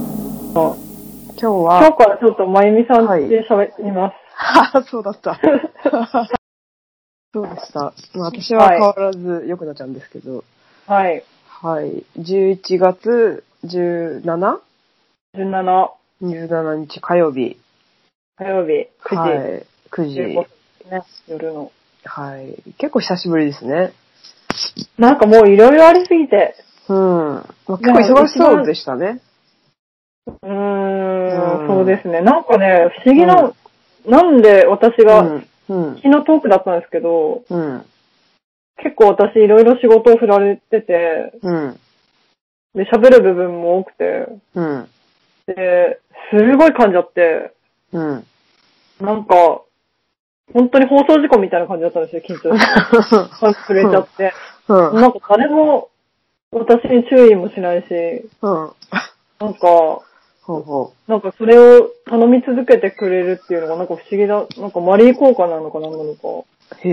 今日今日は、からちょっとまゆみさんで喋ります。あ そうだった。そうでした。まあ私は変わらず、よくなちゃんですけど、はい。はい。11月 17?17 17日火曜日。火曜日9はい。9時時。 15分ね、夜の。はい。結構久しぶりですね。なんかもういろいろありすぎて、うん。まあ、結構忙しそうでしたね。うー、うんんそうですね。なんかね、不思議な、うなんで私うが、ん。うん。昨日トークだったんですけど、うん。結構私いろいろ仕事を振られてて、うん。で、喋る部分も多くて、うん。で、すごい噛んじゃって、うん。なんか、本当に放送事故みたいな感じだったんですよ、緊 張して。感じ震えちゃって。うん。なんか誰も、私に注意もしないし、うん。なんか、ほうほなんかそれを頼み続けてくれるっていうのがなんか不思議だ、なんかマリー効果なのか何なのか。う。不へえ。思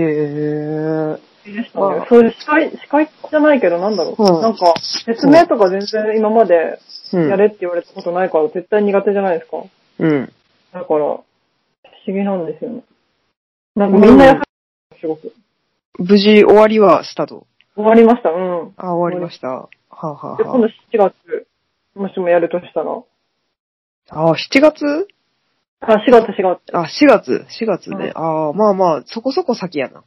議でしたねああそういう司会、司会じゃないけどなんだろう。うんなんか、説明とか全然今までうん。やれって言われたことないから絶対苦手じゃないですか。うん。だから、不思議なんですよね。なんかみんなやはりすごく。無事終わりはスタート。終わりました、うん。あ、終わりました。はあ、はあで、今は度7月、もしもやるとしたら。あ、あ、7月あ、4月、4月。あ、4月、4月うねん。ああ、まあまあ、そこそこ先やな。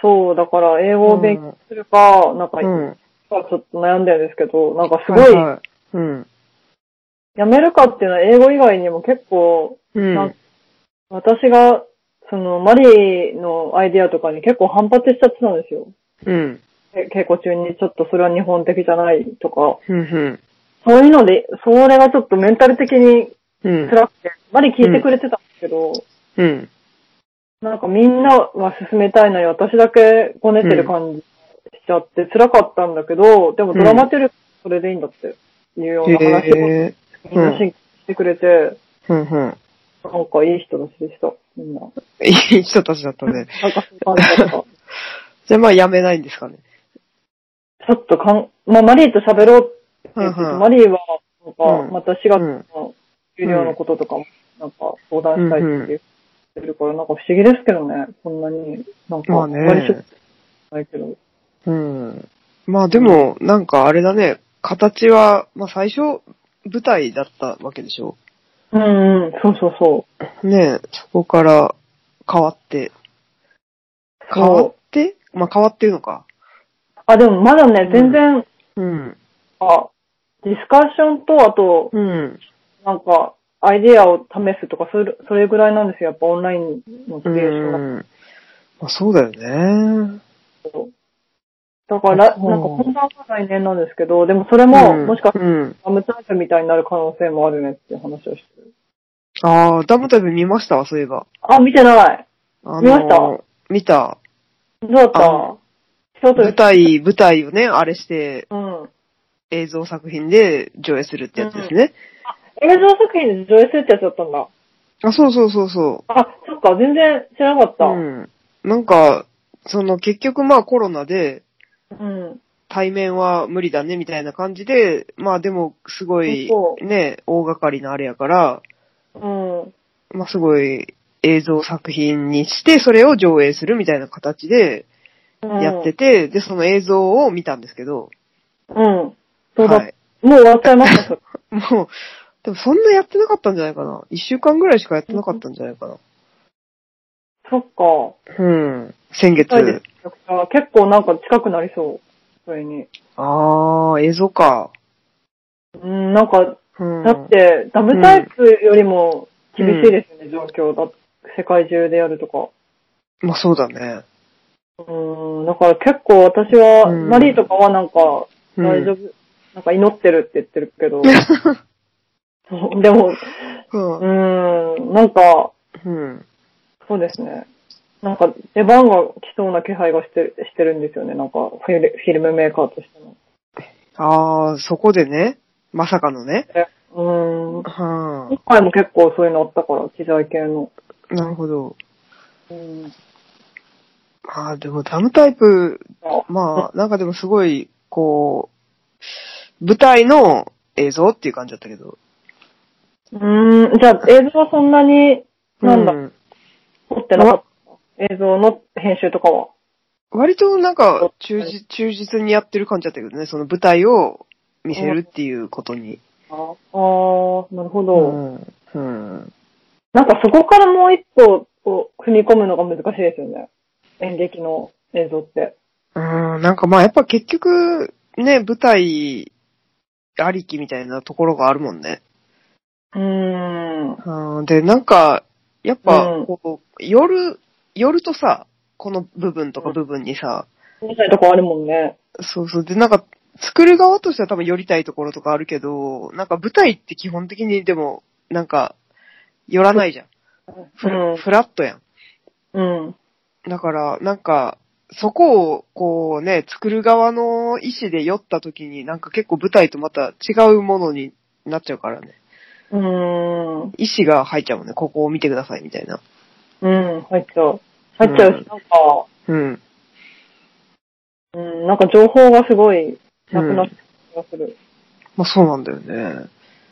そう、だから英語を勉強するか、なんか、うん。ちょっと悩んでるんですけど、なんかすごい、ははうん。やめるかっていうのは英語以外にも結構、うん。なん私が、その、マリーのアイディアとかに結構反発しちゃってたんですよ。うん。え稽古中にちょっとそれは日本的じゃないとか。ふんふん。そういうので、それがちょっとメンタル的にうん。辛くて、マリー聞いてくれてたんですけど、うん。なんかみんなは進めたいのに私だけこねてる感じしちゃって辛かったんだけど、でもドラマテルそれでいいんだっていうような話をへえ。みんなしてくれて、ふんふん。 なんかいい人たちでした、みんな。いい人たちだったね。なんかそういう感じだった。ちじゃあまあやめないんですかね。ょっとかん、まあマリーと喋ろうってう言んってふて、ん。マリーはなんうかんまた4月の終了のこととかもなんか相談したいって言ってるから、なんか不思議ですけどね、こんなに。なんか、まああんまりしょっね。ないけど。うん。まあでも、なんかあれだね。形は、まあ最初、舞台だったわけでしょ。うんうん、そうそうそう。ねえ、そこから変わって、変わってまあ変わってるのか。あ、でもまだねう、ん全然、うん。あ、ディスカッションと、あと、うん。なんか、アイディアを試すとか、それ、それぐらいなんですよ。やっぱオンラインのクうリエーションだと。ん。まあそうだよね。だから、うんなんか本番は来年なんですけど、でもそれも、うんもしかしたらうん。アムタイプみたいになる可能性もあるねっていう話をしてる。ああ、ダムタイブ見ましたわ、そういえば。あ、見てないあの見ました見た。どうだったあちょっと舞台、舞台をね、あれしてうん。映像作品で上映するってやつですね。映像作品で上映するってやつだったんだ。あ、そうそうそうそあ、そっか、全然知らなかっう。た。うん。なんか、その結局まあコロナでうん。対面は無理だねみたいな感じで、まあでもすごいそね、大掛かりなあれやから、うん。まあすごい映像作品にしてそれを上映するみたいな形でうん。やってて、で、その映像を見たんですけど、うん。そうだ。はい。もう終わっちゃいま した、それもう、でもそんなやってなかったんじゃないかな。一週間ぐらいしかやってなかったんじゃないかな。そっか。うん。先月。はいです結構なんか近くなりそう。それに。あー、映像か。うん、なんか、うん。だって、ダムタイプよりも厳しいですよね、状況だ。世界中でやるとか。まあそうだね。うん、だから結構私は、うんマリーとかはなんか、うん大丈夫、なんか祈ってるって言ってるけど。 そうでも、 うん。うん、なんか、うん。そうですね。なんか、出番が来そうな気配がしてしてるんですよね、なんか、フィルフィルムメーカーとしての。あー、そこでね。まさかのね。うん、は今回も結構そういうのあったから、機材系の。あ。なるほど。うん。あー、でもダムタイプ、あまあ、なんかでもすごい、こう、舞台の映像っていう感じだったけど。うーん、じゃあ映像はそんなに、なんだ、うん撮ってなかった。映像の編集とかは。割となんか忠実、忠実にやってる感じだったけどね、その舞台を見せるっていうことに。ああ、なるほうど、ん。うん。なんかそこからもう一歩を踏み込むのが難しいですよね。演劇の映像って。うん、なんかまあやっぱ結局、ね、舞台ありきみたいなところがあるもんね。うーん。うん、で、なんか、やっうぱんこう、夜、夜とさ、この部分とかうん部分にさ、見たいとこあるもんね。そうそう、で、なんか、作る側としては多分寄りたいところとかあるけど、なんか舞台って基本的にでも、なんか、寄らないじゃん。フラ,、うんフラットやん。うん。だから、なんか、そこを、こうね、作る側の意思で酔った時に、なんか結構舞台とまた違うものになっちゃうからね。うーん。意思が入っちゃうもんね。ここを見てください、みたいな。うん、入っちゃう。入っちゃうし、うんなんか、うん。うん、なんか情報がすごいなくなった気がする。まあそうなんだよね。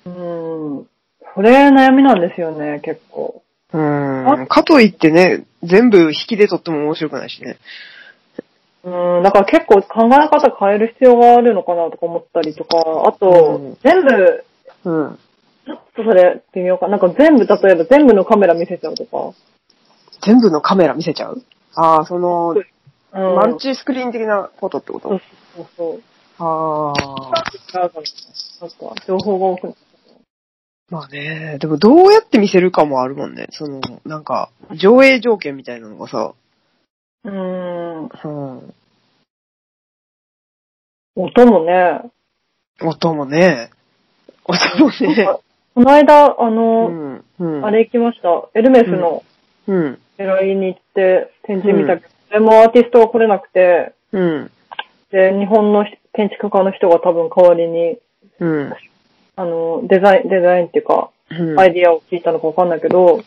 うん。それ悩みなんですよね、結構。うん。かといってね、全部引きで撮っても面白くないしね。うん、だから結構考え方変える必要があるのかなとか思ったりとか、あと、うん全部、うん。ちょっとそれ微妙か。なんか全部、例えば全部のカメラ見せちゃうとか。全部のカメラ見せちゃうああ、その、うん。マルチスクリーン的なことってこそとうそうそう。ああ。なんか、情報が多くなる。まあね、でもどうやって見せるかもあるもんね。その、なんか、上映条件みたいなのがさ、うん。うん。音もね。音もね、音もね、 この間、あうの、ん、うん。あれ行きました。エルメスのうん、狙いに行って展示見たけど、それもアーティストが来れなくて、うん、で、日本の建築家の人が多分代わりに、うん、あの、デザイン、デザインっていうか、うん。アイディアを聞いたのかわかんないけど、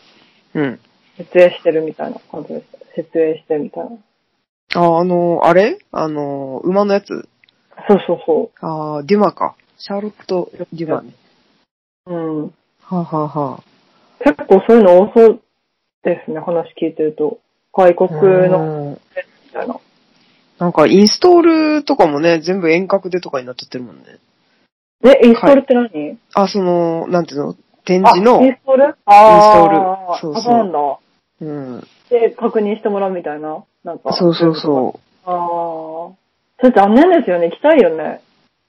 うん。設営してるみたいな感じでした。設営してみたいな。あ、あの、あれあの、馬のやつそうそうそあーデュマか。シャーロット・デュマね。う。うん。はあ、はあはあ、結構そういうの多そうですね、話聞いてると。外国の、うんみたいな。なんか、インストールとかもね、全部遠隔でとかになっちゃってるもんね。え、インストールって何、あ、その、なんていうの展示のあイ、ンストールああインストールそうそうあそうなんだ。うん。で、確認してもらうみたいな。なんか。そうそうそう。う。ああ。それ残念ですよね。行きたいよね。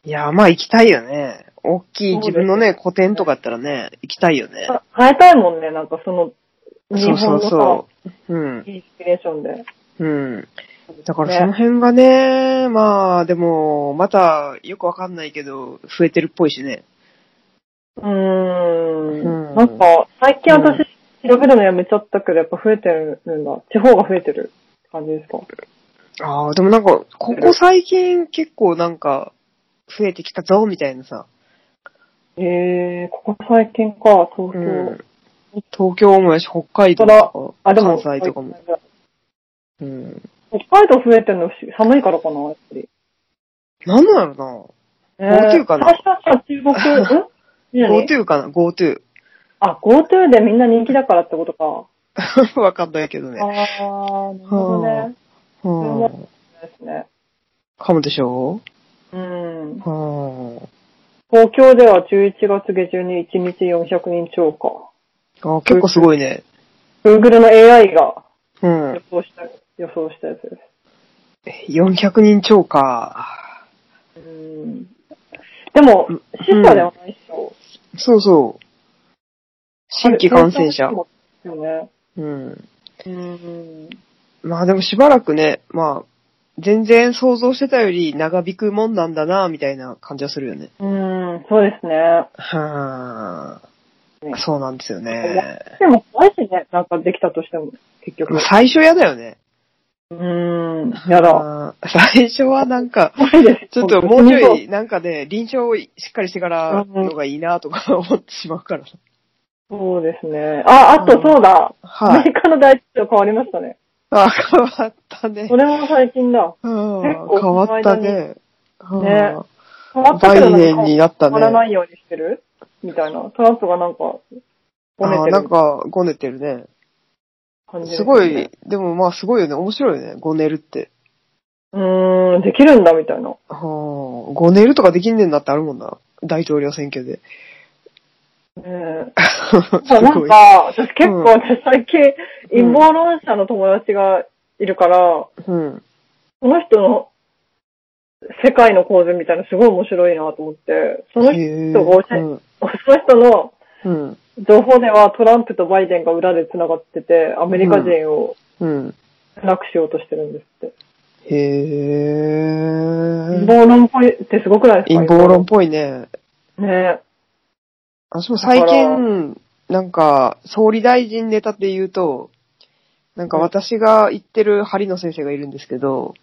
いやー、まあ行きたいよね。大きいそうです自分のね、個展とかやったらね、行きたいよね。あ変えたいもんね。なんかその、日そうそ本うのさ、そう。うん。インスピレーションで。うん。だからそのね、辺がね、まあ、でも、また、よくわかんないけど、増えてるっぽいしね。うーうんん。なんか、最近私、調べるのやめちゃったけど、やっぱ増えてるんだ。地方が増えてる感じですかああ、でもなんか、ここ最近結構なんか、増えてきたぞ、みたいなさ。ええー、ここ最近か、東京。うん。東京もやし、北海道とか、あ、でも、関西とかも。。うん。北海道増えてるの不思寒いからかな、やっぱり。なんなんやろえ GoTo かな私はさ、中国、 んな何 ?GoTo かな ?GoTo。あ、GoTo でみんな人気だからってことか。 わかんないけどね。ああ、なるほどはあね。うん。そうですね。かもでしょうん。うん。東京では11月下旬に1日400人超か。あ結構すごいね。 Google の AI がうん予。想した、予想したやつで400人超か。す。うん。でもうん、死者ではないっしょ。そうそう。新規感染者あれ。。そうですよね。うん。うん。まあでもしばらくね、まあ、全然想像してたより長引くもんなんだな、みたいな感じはするよね。うん、そうですね。はねーそうなんですよね。でも怖いしね、なんかできたとしても、結局まあ。最初嫌だよね。うん、やだ。あー最初はなんか、怖いです。ちょっともうちょ本い、なんかね、臨床をしっかりしてからのがいいなとか 思ってしまうから。当そうですね。あ、あとそうだ。はアメい。リカの大統領変わりましたね。あ、変わったねそ。れも最近だ。うん結構変わったね。ねうん変わったバけどイデなんンかになった変ねわ。らないようにしてるみたいな。トランプがなんか、あこねーてなんるか、ごねてるね。感じですごい、でもまあすごいよね。面白いよね。ごねるって。うーん、できるんだみたいな。はあ、ごねるとかできんねんなってあるもんな。大統領選挙で。ねえすそうなんごい。 か、私結構、うん私最近、陰うん謀論者の友達がいるから、うん。その人の世界の構図みたいなすごい面白いなと思って、その人、へえが教えうん。その人のうん。情報ではトランプとバイデンが裏で繋がってて、アメリカ人をうん。なくしようとしてるんですって。へ陰え。謀論っぽいってすごくないですか陰謀論っぽいね。ね私も最だから近、なんか、総理大臣ネタで言うと、なんか私が行ってる針野先生がいるんですけど、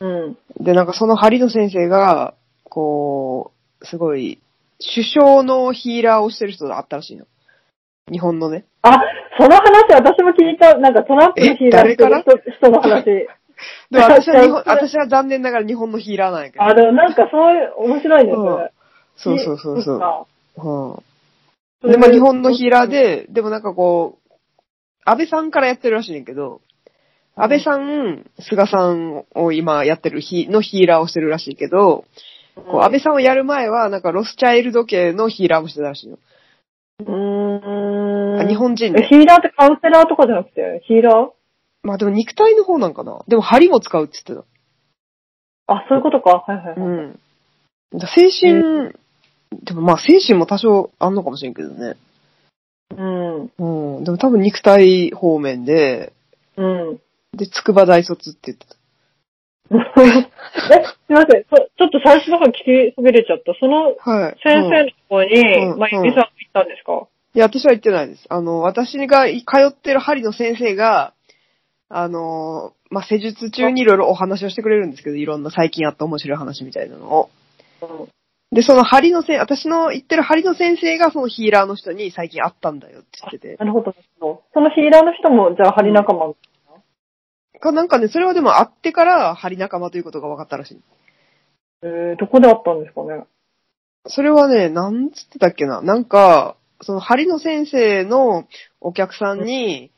うん。で、なんかその針野先生が、こう、すごい、首相のヒーラーをしてる人だったらしいの。日本のね。あ、その話私も聞いた、なんかトランプのヒーラーえしてる誰か人人の 話。、でも私は日本 私は残念ながら日本のヒーラーなんやけど。あ、でもなんかそういう、面白いね、それ。そうそうそうそう。かうん。で、まあ日本のヒーラー、で、でもなんかこう、安倍さんからやってるらしいねんけど、安倍さん、菅さんを今やってるヒのヒーラーをしてるらしいけど、うんこう安倍さんをやる前は、なんかロスチャイルド系のヒーラーもしてたらしいの。うーあん。日本人え、ね。ヒーラーってカウンセラーとかじゃなくて、ヒーラーまあでも肉体の方なんかな。でも針も使うって言ってあ、そういうことか。はいはいた。はうい。ん。だから精神、でもまあ精神も多少あんのかもしれんけどね。うん。うん。でも多分肉体方面で、うん。 で、筑波大卒って言ってた。え、すいません。そちょっと最初の方聞きそびれちゃった。そのはい。先生の方に、うんまあ、ゆみさんが行ったんですかいや、私は行ってないです。あの、私が通ってる針の先生が、あの、まあ、施術中にいろいろお話をしてくれるんですけど、いろんな最近あった面白い話みたいなのを。で、その針の先私の行ってる針の先生がそのヒーラーの人に最近会ったんだよって言ってて。なるほど。そのヒーラーの人も、じゃあ、針仲間。かなんかね、それはでも会ってから針仲間ということが分かったらしい。えー、どこで会ったんですかねそれはね、なんつってたっけな。なんか、その針の先生のお客さんに、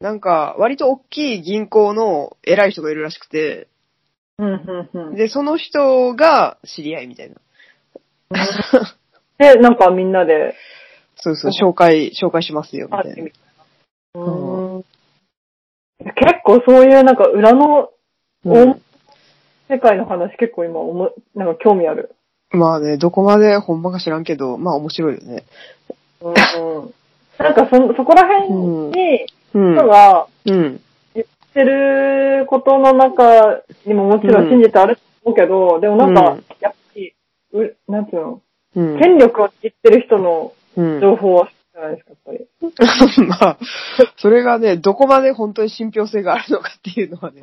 なんか、割と大きい銀行の偉い人がいるらしくて、うん、うん、 うん。で、その人が知り合いみたいな。で、なんかみんなでそうそう、紹介、紹介しますよ、み会たっいてなみ。たいな。うーん結構そういうなんか裏のうん世界の話結構今おも、なんか興味あ る。まあね、どこまでほんまか知らんけど、まあ面白いよね。うん、なんかそ、そこら辺にうん。人が、うん。ってることの中にももちろん真実あると思うけど、でもなんか、うんやっぱり、うなんつうの、うん。権力を知ってる人のうん。情報は知らないですか、やっぱり。 まあ、それがね、どこまで本当に信憑性があるのかっていうのはね、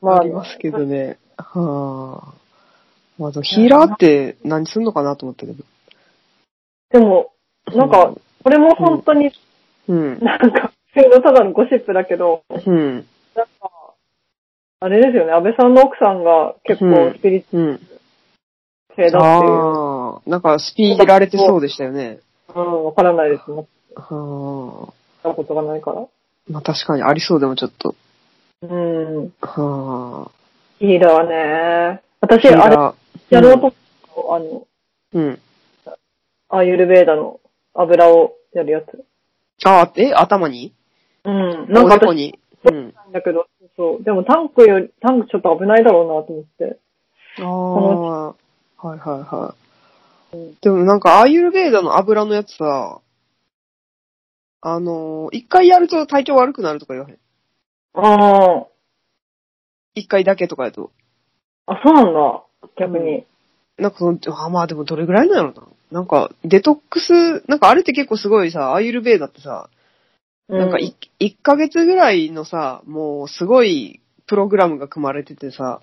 うん。あ、りますけどね。はあ。まあ、でもヒーラーって何すんのかなと思ったけど。でも、なんか、これも本当に、うん。なんか、普通のただのゴシップだけど、うん。なんか、あれですよね、安倍さんの奥さんが結構スピリチうん。ュアルだっていう。ああ。なんか、スピードられてそうでしたよね。うん、わからないです。持っはあ。たことがないから。まあ確かにありそうでもちょっと。うん。はあ。いいだわね。私、ヒーあれ、ラーやろうと思ったあの、うん。アーユルベーダの油をやるやつ。ああ、え、頭にうん。ななんんかか私頭に。うん。なんだけど、そう。でもタンクより、タンクちょっと危ないだろうなと思って。ああ。はいはいはうんい。でもなんかアーユルベーダの油のやつさ、あのー一回やると体調悪くなるとか言わへん。あ一回だけとかやと。あ。あ、そうなんだ。逆に。なんかその、あまあでもどれぐらいなんやろな。なんか、デトックス、なんかあれって結構すごいさ、アーユルベーダってさ、うなんかい、1ヶ月ぐらいのさ、もうすごいプログラムが組まれててさ、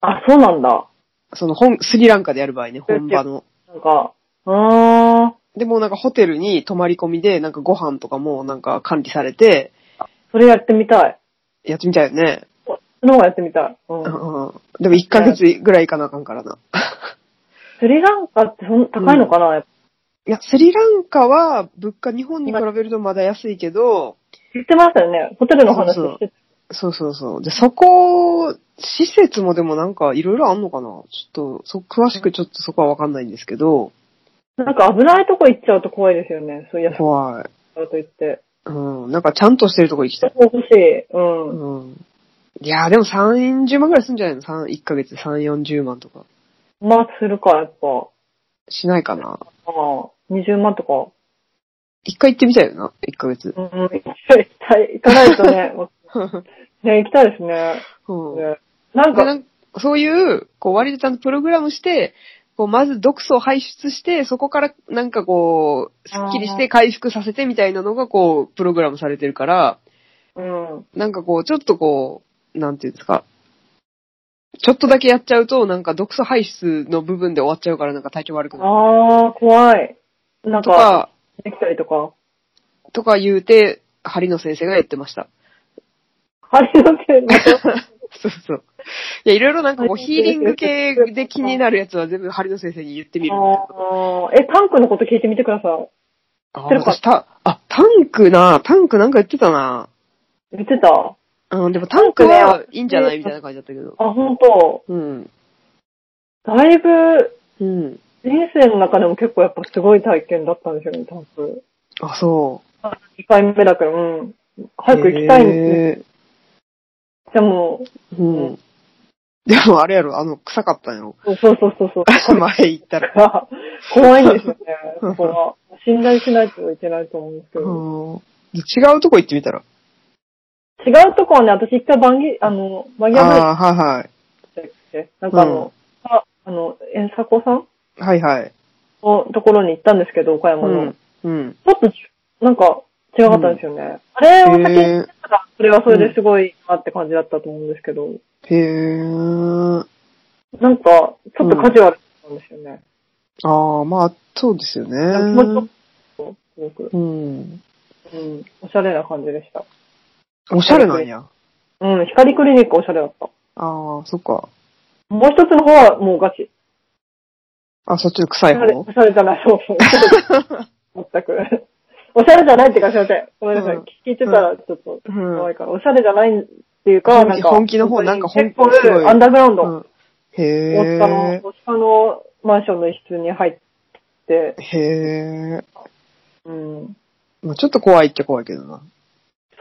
あ、そうなんだ。その本、スリランカでやる場合ね、本場の。なんか、うーん。でもうなんかホテルに泊まり込みで、なんかご飯とかもなんか管理されて、それやってみたい。やってみたいよね。その方がやってみたい。う。うんんうんでも1ヶ月ぐらい行かなあかんからな。スリランカってそん高いのかな、やっぱいや、スリランカは物価日本に比べるとまだ安いけど、言ってましたよね。ホテルの話してて。そうそうそう。で、そこ、施設もでもなんかいろいろあんのかなちょっと、そ、詳しくちょっとそこはわかんないんですけど、なんか危ないとこ行っちゃうと怖いですよね。そういうやつだ怖い。と言って。うん。なんかちゃんとしてるとこ行きたい。欲しい。うん。うん。いやーでも30万ぐらいすんじゃないの ?3、1ヶ月3、40万とか。まあ、するか、やっぱ。しないかなああ、20万とか。一回行ってみたいよな、1 ヶ月。うん、行きたい行かないと ね。ね、行きたいですね。うん。ねなんでか、なんかそういう、こう割とちゃんとプログラムして、こうまず毒素を排出して、そこからなんかこう、スッキリして回復させてみたいなのがこう、プログラムされてるから、うん。なんかこう、ちょっとこう、なんていうんですか。ちょっとだけやっちゃうと、なんか毒素排出の部分で終わっちゃうからなんか体調悪くなる。ああ、怖い。なんとか、か、できたりとか。とか言うて、針の先生が言ってました。 ハリのせいまたそうそう。いや、いろいろなんかこう、ヒーリング系で気になるやつは全部針の先生に言ってみるんですよ。ああ、え、タンクのこと聞いてみてください。あテロか私た、あ、タンクな、タンクなんか言ってたな。言ってたうん、でもタンクタンはクねいいんじゃないみたいな感じだったけど。あ、本当うん。だいぶ、うん。人生の中でも結構やっぱすごい体験だったんですよね、タンク。あ、そ2回目だけど、うん。う。早く行きたいんですへね。でも、ーうん。でもあれやろ、あの、臭かったんやろ。 そうそうそうそう。前行ったら。が怖いんですよね。だから、信頼しないといけないと思うんですけうど。ん。違うとこ行ってみたら。違うとこはね、私一回バンギ、あの、バンギャブレああ、はっいて言って、なんかあの、ああの、えんさこさんはい。はいはい。のところに行ったんですけど、岡う山の。ん。うん。ちょっとち、なんか、違かったんですよね。あれを先に言ってたら、それはそれですごいなって感じだったと思うんですけど、へえ。なんか、ちょっとカジュアルだったんですよね。ああ、まあ、そうですよなんかもうね。ちょっと、すごく、うん。うん、おしゃれな感じでした。おしゃれなんや。うん、光クリニックおしゃれだった。ああ、そっか。もう一つの方はもうガチ。あ、そっちの臭い方おしゃれじゃない、そうそう。 全く。おしゃれじゃないってかすいません。ごめんなさい。うん聞いてたらちょっとう怖んい。から。おしゃれじゃないっていうか、本気なんか。本気の方なんか本結構すごいアンダーグラウンド。うんへ大塚のえ。、大塚のマンションの一室に入って、へえ。うん。まあちょっと怖いっちゃ怖いけどな。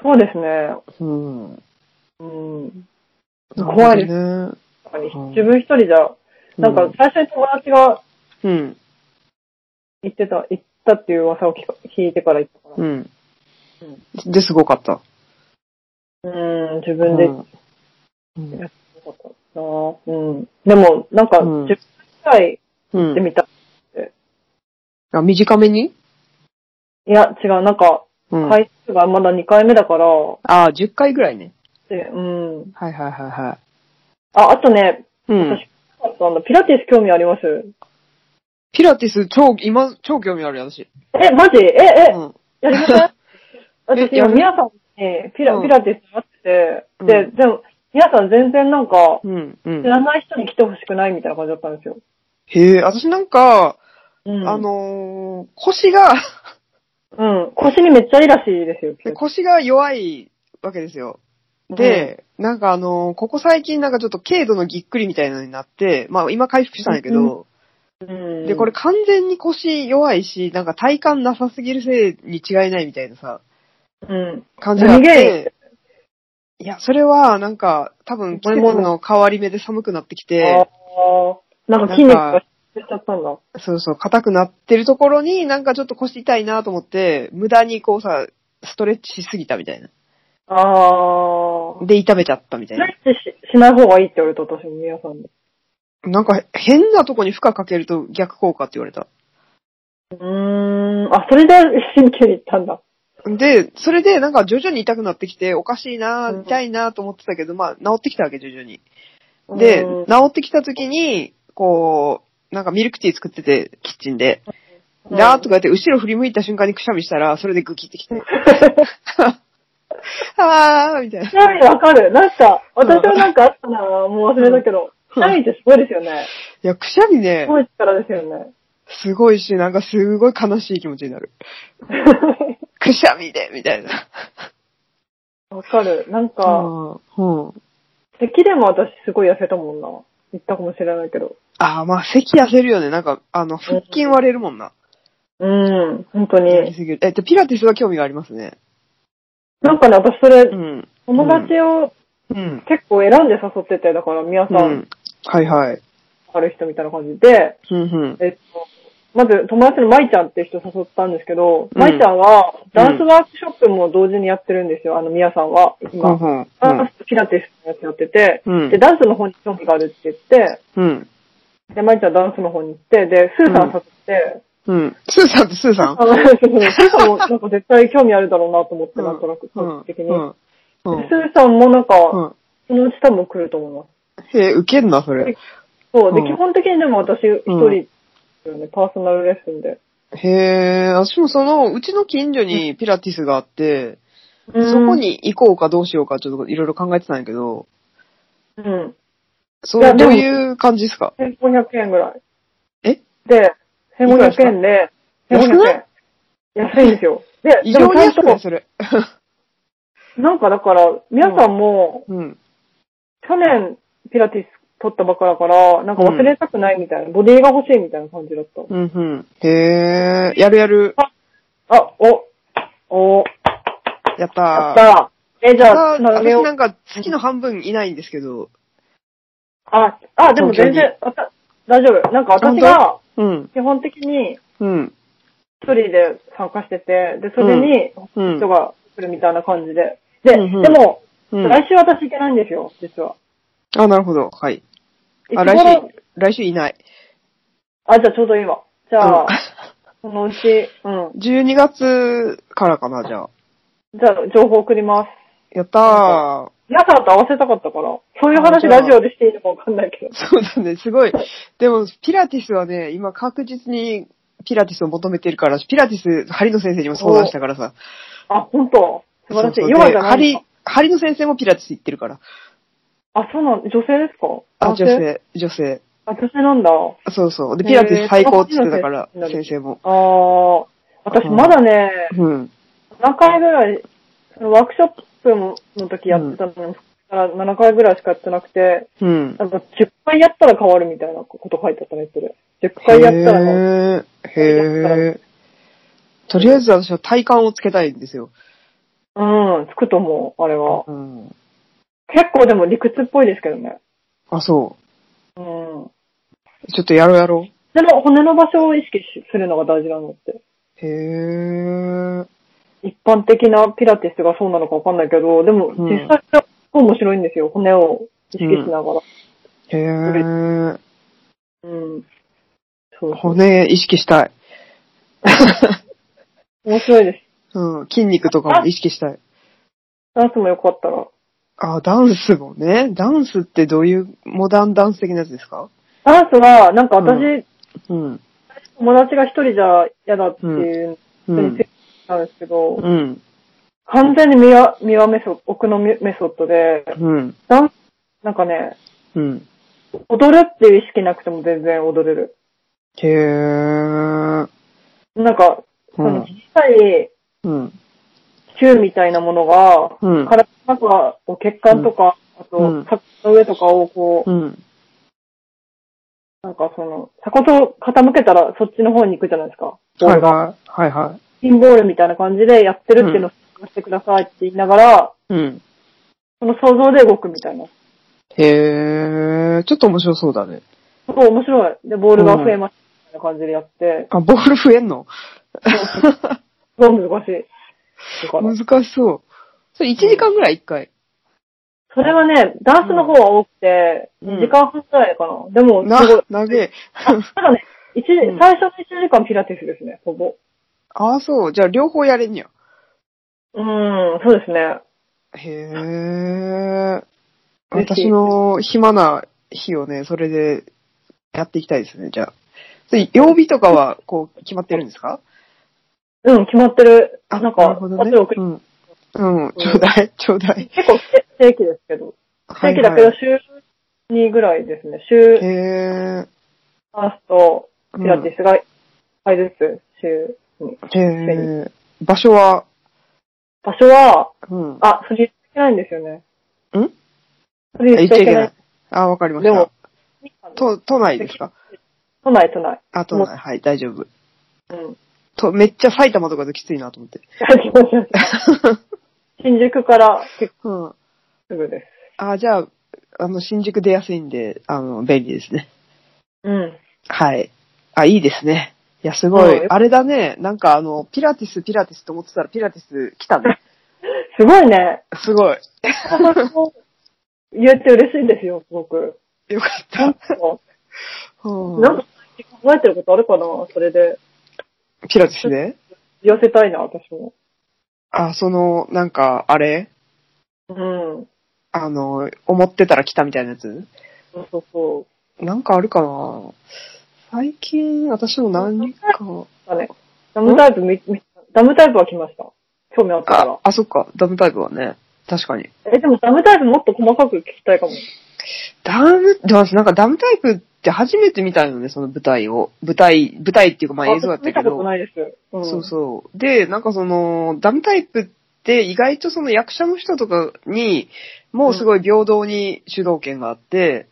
そうですね。うん。うん。怖いですね。やっぱりうん自分一人じゃ、なんか最初に友達がうん、行ってた、行ったっていう噂を聞か聞いてから行ったかうん。うん。で、すごかった。ら。うん、自分で行っうん。てよかったなうん。でも、なんか、うん10分くらいうんで見た。あ、短めにいや、違う、なんか、うん。い。回数がまだ2回目だから、ああ、10回ぐらいね。で、うん。はいはいはいはあ、あとね、い。うん私。あとあのピラティス興味ありますピラティス超、今、超興味あるよ、私。え、マジえ、え、うん。やりません 私、や今、る皆さんにピラ,、うんピラティスやってて、で、うんでも、皆さん全然なんか、うん。知うん。らない人に来てほしくないみたいな感じだったんですよ。へえ、私なんか、うん。あ、のー、腰が、うん。腰にめっちゃいいらしいですよ、ピラティ腰が弱いわけですよ。ス、で、なんかあのーここ最近なんかちょっと軽度のぎっくりみたいなのになって、まあ今回復したんやけど、うん、で、これ、完全に腰弱いし、なんか体感なさすぎるせいに違いないみたいなさ、うん。感じがあっ何がいいて、いや、それはなんか多分季節の変わり目で寒くなってきあて、あ、なんか筋肉がしちゃったんだ。そうそう、硬くなってるところになんかちょっと腰痛いなと思って、無駄にこうさ、ストレッチしすぎたみたいな。ああ。で、痛めちゃったみたいストな。レッチししない方がいいって言われた、私も、皆さんで。なんか変なとこに負荷かけると逆効果って言われた。うーん。あ、それで神経に行ったんだ。で、それでなんか徐々に痛くなってきて、おかしいな、うん痛いなと思ってたけど、まあ治ってきたわけ、徐々に。でうん、治ってきた時に、こう、なんかミルクティー作ってて、キッチンで。うんだーっとかやって、後ろ振り向いた瞬間にくしゃみしたら、それでグキって きて。あーみたいな。ちなみにわかる。なんか、私はなんかあったなもう忘れたけど。うん痛いってすごいですよね。いや、くしゃみねす、ごい力ですよ ね。すごいし、なんかすごい悲しい気持ちになる。くしゃみで、みたいな。わかる。なんか、うん。うん咳でも私すごい痩せたもんな。言ったかもしれないけど。ああ、まあ、咳痩せるよね。なんか、あの、腹筋割れるもんな。うん、本当やりに。すぎる。えっと、ピラティスは興味がありますね。なんかね、私それ、うん。友達をうん。結構選んで誘ってて、だから、宮さうんん。はいはい。ある人みたいな感じで、うんうん。えっと、まず友達の舞ちゃんって人誘ったんですけど、うん舞ちゃんはダンスワークショップも同時にやってるんですよ、あの、宮さんは、うん今。うん。ダンスとピラティスのやつやってて、うんで、ダンスの方に興味があるって言って、うん。で、舞ちゃんダンスの方に行って、で、スーさん誘って、うん。スーさんってスーさんあの、そうそうスーさんもなんか絶対興味あるだろうなと思って、なんとなく、うん短期的に。うでん。うんスーさんもなんか、うん。そのうち多分来ると思います。へえ、ウケんな、それ。そう。で、うん基本的にでも私一人ですよね、パーソナルレッスンで。へえ、私もその、うちの近所にピラティスがあって、そこに行こうかどうしようか、ちょっといろいろ考えてたんやけど、うん。そ、いうやでどもういう感じですか1500円ぐらい。えで、いくらです1500か円で、安くない1500円。安いんですよ。で、異で常もにちゃ安んくないと、それ。なんかだから、皆さんも、うん。去年ピラティス取ったばっかだから、なんか忘れたくないみたいな、ボディが欲しいみたいな感じだった。うんうん。へえ、やるやる。あ、お、お、やったー。やったえ、じゃあ、つただなげよ私うな。んか月の半分いないんですけど。あ、あ、でも全東京に然、あた大丈夫。なんか私が、うん。基本的に、うん。一人で参加してて、で、それに、うん人が来るみたいな感じで。で、うんうんでも、うん。来週私行けないんですよ、実は。あ、なるほど。はい。いつあ、頃来週、来週いない。あ、じゃあちょうどいいわ。じゃあ、うそのうち、うん。 ん12月からかな、じゃあ。じゃあ、情報送ります。やったー。皆さんと合わせたかったから、そういう話あじゃあラジオでしていいのかわかんないけど。そうだね、すごい。でも、ピラティスはね、今確実にピラティスを求めてるから、ピラティス、針の先生にも相談したからさ。あ、本当素晴らしい。そうそうヨガじゃでないの針、針の先生もピラティス行ってるから。あ、そうなの女性ですかあ、女。性、女性。あ、女性なんだ。そうそう。で、へーピラティス最高って言ってたから、あ先生も。あー、私まだね、うん。 7回ぐらい、そのワークショップもの時やってたのに、から7回ぐらいしかやってなくて、うん。なんか10回やったら変わるみたいなこと書いてあったね、それ。10回やったら変わる。へえ。へえ。とりあえず私は体幹をつけたいんですよ。うん、つくと思う、あれは。うん。結構でも理屈っぽいですけどね。あ、そうん。う。ちょっとやろうやろでも骨の場所を意識しするのが大事なのって。う。へえ。一般的なピラティスがそうなのかわかんないけど、でもうん実際は面白いんですよ、骨を意識しながら。へえ。うん。そうそう。骨意識したい。面白いです。うん。筋肉とかも意識したい。ダンスもよかったら。あ、ダンスもね。ダンスってどういうモダンダンス的なやつですかダンスは、なんか私、ううん。友達が一人じゃ嫌だっていうう人についんて。たんですけど、うん。完全にミワ、ミワメソ、奥のミメソッドで、うん。ダンス、なんかね、うん。踊るっていう意識なくても全然踊れる。へえ。なんか、うそのん小。さいうん。球みたいなものが、うん。体の中を血管とか、あうんと、鎖骨の上とかをこう、うん。なんかその、鎖骨を傾けたらそっちの方に行くじゃないですか。ボーはルいがはい。はいはピンボールみたいな感じでやってるっていうのをしてくださいって言いながら、い。うん。その想像で動くみたいな。へえ、ちょっと面白そうだね。すごい面白い。で、ボールが増えましたみたいな感じでやって、あ、ボール増えんのすごい難しい。だから難しそう。それ1時間ぐらい1回。それはね、ダンスの方は多くて、うん2時間半くらいかな。でも、なすごい。、長え。ただね、一時うん最初の1時間ピラティスですね、ほぼ。 ああ、そう。じゃあ両方やれんや。うーん、そうですね。 へえ。ぜひ私の暇な日をね、それでやっていきたいですね、じゃあ。それ曜日とかは、こう、決まってるんですかうん、決まってる。あ、なんか、るほどね。後で送りうん。うん、ちょうだい、ちょうだい。結構せ正規ですけど。正規だけど、週2ぐらいですね。週へえ。ダンスとピラティスが、あれです、週に。えー、場所は、場所は、うん。あ、それ言ってないんですよね。んそれあ言言っっちちゃゃいいけけなないい。。 あ、わかりましでた。も、都、都内ですか都内、都内。あ、都内。はい、大丈夫。うん。 と、めっちゃ埼玉とかできついなと思って。新宿から結構 うん。すぐです。あ、じゃあ、あの、新宿出やすいんで、あの、便利ですね。うん。はい。あ、いいですね。いや、すごい。うんあれだね。なんかあの、ピラティス、ピラティスと思ってたら、ピラティス来た ね。すごい ね。 すごい。言えて嬉しいですよ、す ごく。よかっなんた。か、うんなんか考えてることあるかなそれで。ピラティスね。寄せたいな、私も。あ、その、なんか、あれうん。あの、思ってたら来たみたいなやつそうそうそなんかあるかな最近、私も何か、う。だね。ダムタイプ見、見ダムタイプは来ました。興味あったあか、あ、そっか、ダムタイプはね。確かに。ら。え、でもダムタイプもっと細かく聞きたいかも。ダム、でも私なんかダムタイプって初めて見たよね、その舞台を。舞台、舞台っていうかまあ映像だったけ見たこどと。ないです。うん、そうそう。で、なんかその、ダムタイプって意外とその役者の人とかに、もうすごい平等に主導権があって、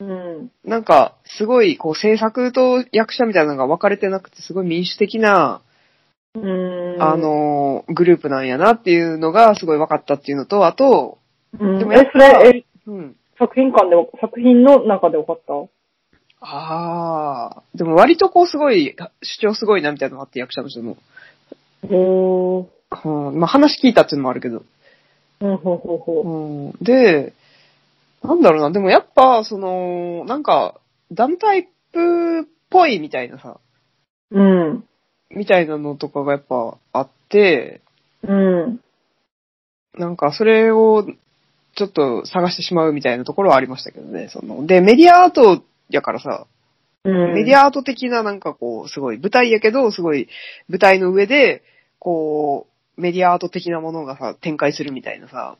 う。うん。なんか、すごい、こう、制作と役者みたいなのが分かれてなくて、すごい民主的な、うん。あ、のー、グループなんやなっていうのが、すごい分かったっていうのと、あと、うん、でもやっえ、ぱそれ、え、うん。作品館でも、作品の中で分かったあー、でも割とこう、すごい、主張すごいなみたいなのがあって、役者の人の。おー。うん、まあ話聞いたっていうのもあるけど。うん、ほうほうほうん。で、なんだろうな、でもやっぱ、その、なんか、ダムタイプっぽいみたいなさ、う。うん。みたいなのとかがやっぱあって、うん。なんかそれをちょっと探してしまうみたいなところはありましたけどね、その、で、メディアアートやからさ、うん。メディアアート的ななんかこう、すごい舞台やけど、すごい舞台の上で、こう、メディアアート的なものがさ、展開するみたいなさ、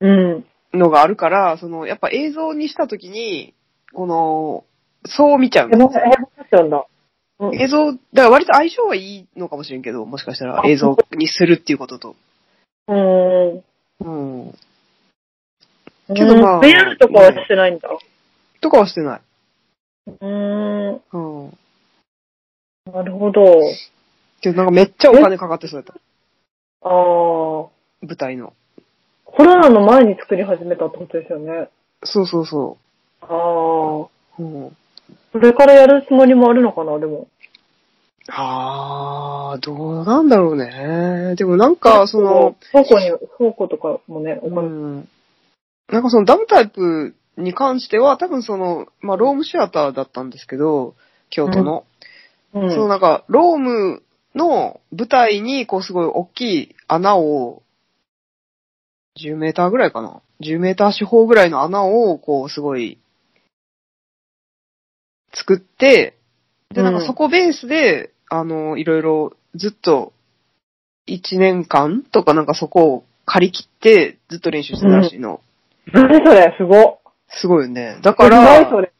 うん。のがあるから、その、やっぱ映像にしたときに、この、そう見ちゃうえ、もう、え、分かっちゃうんだ。うん映像、だから割と相性はいいのかもしれんけど、もしかしたらあ映像にするっていうことと。うん。うん。けけどまあ VR とかはしてないんだ。とかはしてない。うん。うん。なるほど。けどなんかめっちゃお金かかってそうやった。ああ。コ舞台の。ロナの前に作り始めたってことですよね。そうそうそああ。こう。うん。れからやるつもりもあるのかな、でも。あー、どうなんだろうね。でもなんか、その、、倉庫に、倉庫とかもね、おう金。ん。なんかそのダムタイプに関しては、多分その、まあ、ロームシアターだったんですけど、京都の。うん。そのなんか、ロームの舞台に、こうすごい大きい穴を、10メーターぐらいかな。10メーター四方ぐらいの穴を、こうすごい、作って、で、なんかそこベースで、あの、いろいろずっと、1年間とかなんかそこを借り切って、ずっと練習してたらしいの。何それ、すごっ。すごいよね。だから、何それ。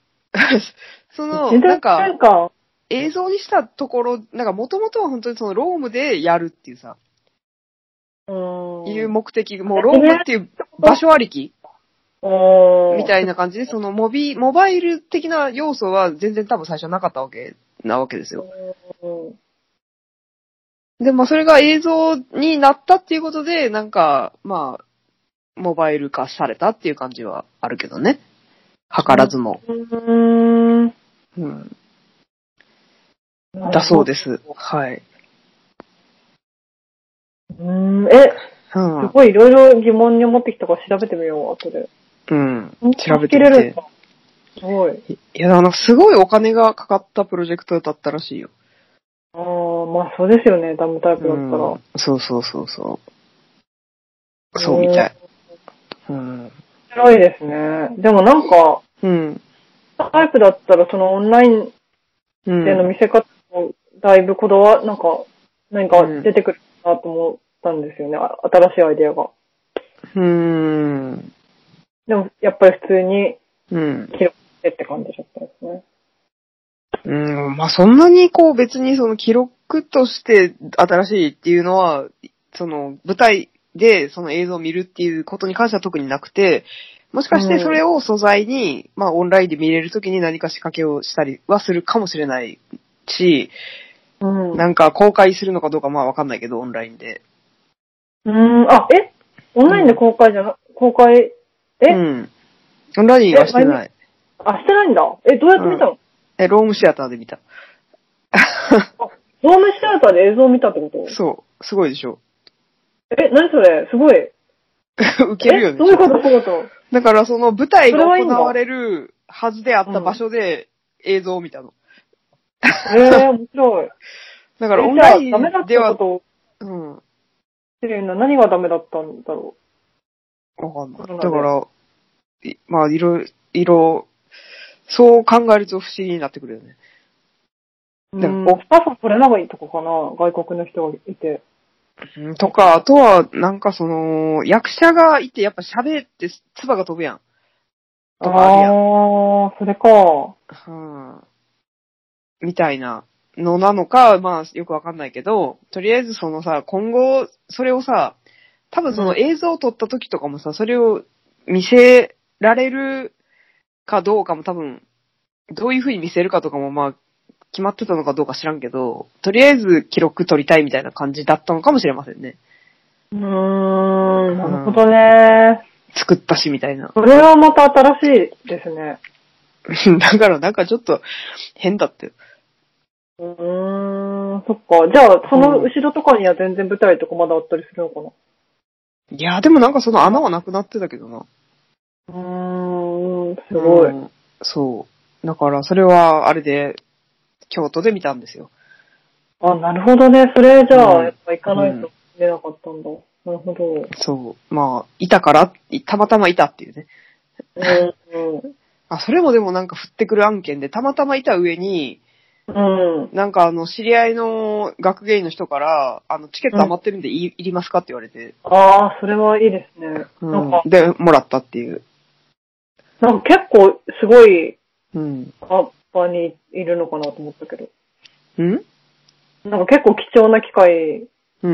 その、時なん代か、転換。映像にしたところ、なんか元々は本当にそのロームでやるっていうさ、うん。いう目的、もうロームっていう場所ありきうん。みたいな感じで、そのモビ、モバイル的な要素は全然多分最初なかったわけ、なわけですよ。うんで、まあそれが映像になったっていうことで、なんか、まあ、モバイル化されたっていう感じはあるけどね。図らずも。うん。うん。だそうです。はい。うん。え、うすん。ごいいろいろ疑問に思ってきたから調べてみよう、後で。うん。調調べべててみみてて。。すごい。いや、なんかすごいお金がかかったプロジェクトだったらしいよ。ああ、まあそうですよね、ダムタイプだったら。そうそうそうそう。そうみたい。うん。面白いですね。でもなんか、うん。タイプだったらそのオンラインうでのん。見せ方もだいぶこだわ、なんか、何か出てくるなと思ったんですよね、あ新しいアイデアが。うん。でもやっぱり普通にうん。切ってって感じだったんですね。うん、まあそんなにこう別にその記録として新しいっていうのは、その舞台でその映像を見るっていうことに関しては特になくて、もしかしてそれを素材に、まあオンラインで見れるときに何か仕掛けをしたりはするかもしれないし、うん。なんか公開するのかどうかまあわかんないけど、オンラインで。うん、あ、えオンラインで公開じゃな、公開、え、うん。オンラインはしてない。あ、してないんだ。え、どうやって見たの、え、ロームシアターで 見た。ホームシアターで映像見たってことそう。すごいでしょ。 え、何それすごい。ウケるよえね。どういうことどういうこと だからその舞台がそれはいいん行だわれるはずであった場所で映像を見たの。えー、面白い。だだからオンラインダメだっでたはこ、とをうん。わ知るのは何がダメだったんだろかんない。そうなんだだから、いまあ、いろいろ、そう考えると不思議になってくるよね。う。だからうんおスタッフ取れないとこかな外国の人がいて。うんとか、あとは、なんかその、役者がいて、やっぱ喋って、唾が飛ぶやん。とかあるやんあー、それか。うんみたいなのなのか、まあよくわかんないけど、とりあえずそのさ、今後、それをさ、多分その映像を撮った時とかもさ、それを見せられるかどうかも多分、どういう風に見せるかとかもまあ、決まってたのかどうか知らんけど、とりあえず記録撮りたいみたいな感じだったのかもしれませんね。うーん、なるほどね。作ったしみたいな。 それはまた新しいですね。だからなんかちょっと変だって。うーん、そっか。じゃあ、その後ろとかには全然舞台とかまだあったりするのかないや、でもなんかその穴はなくなってたけどな。うーん、すごい。うんそう。だから、それは、あれで、京都で見たんですよ。あ、なるほどね。それじゃうあ、んやっぱ行かないと出なかったんだ。なるほど。うそう。まあ、いたから、いたまたまいたっていうね。ん。あ、それもでもなんか降ってくる案件で、たまたまいた上に、うん。なんかあの、知り合いの学芸員の人から、あの、チケット余ってるんでい、いりますかって言われて、ああ、それはいいですね。うなんんか、で、もらったっていう。なんか結構すごいうん。場にいるのかなと思ったけど。うんなんか結構貴重な機会うをん。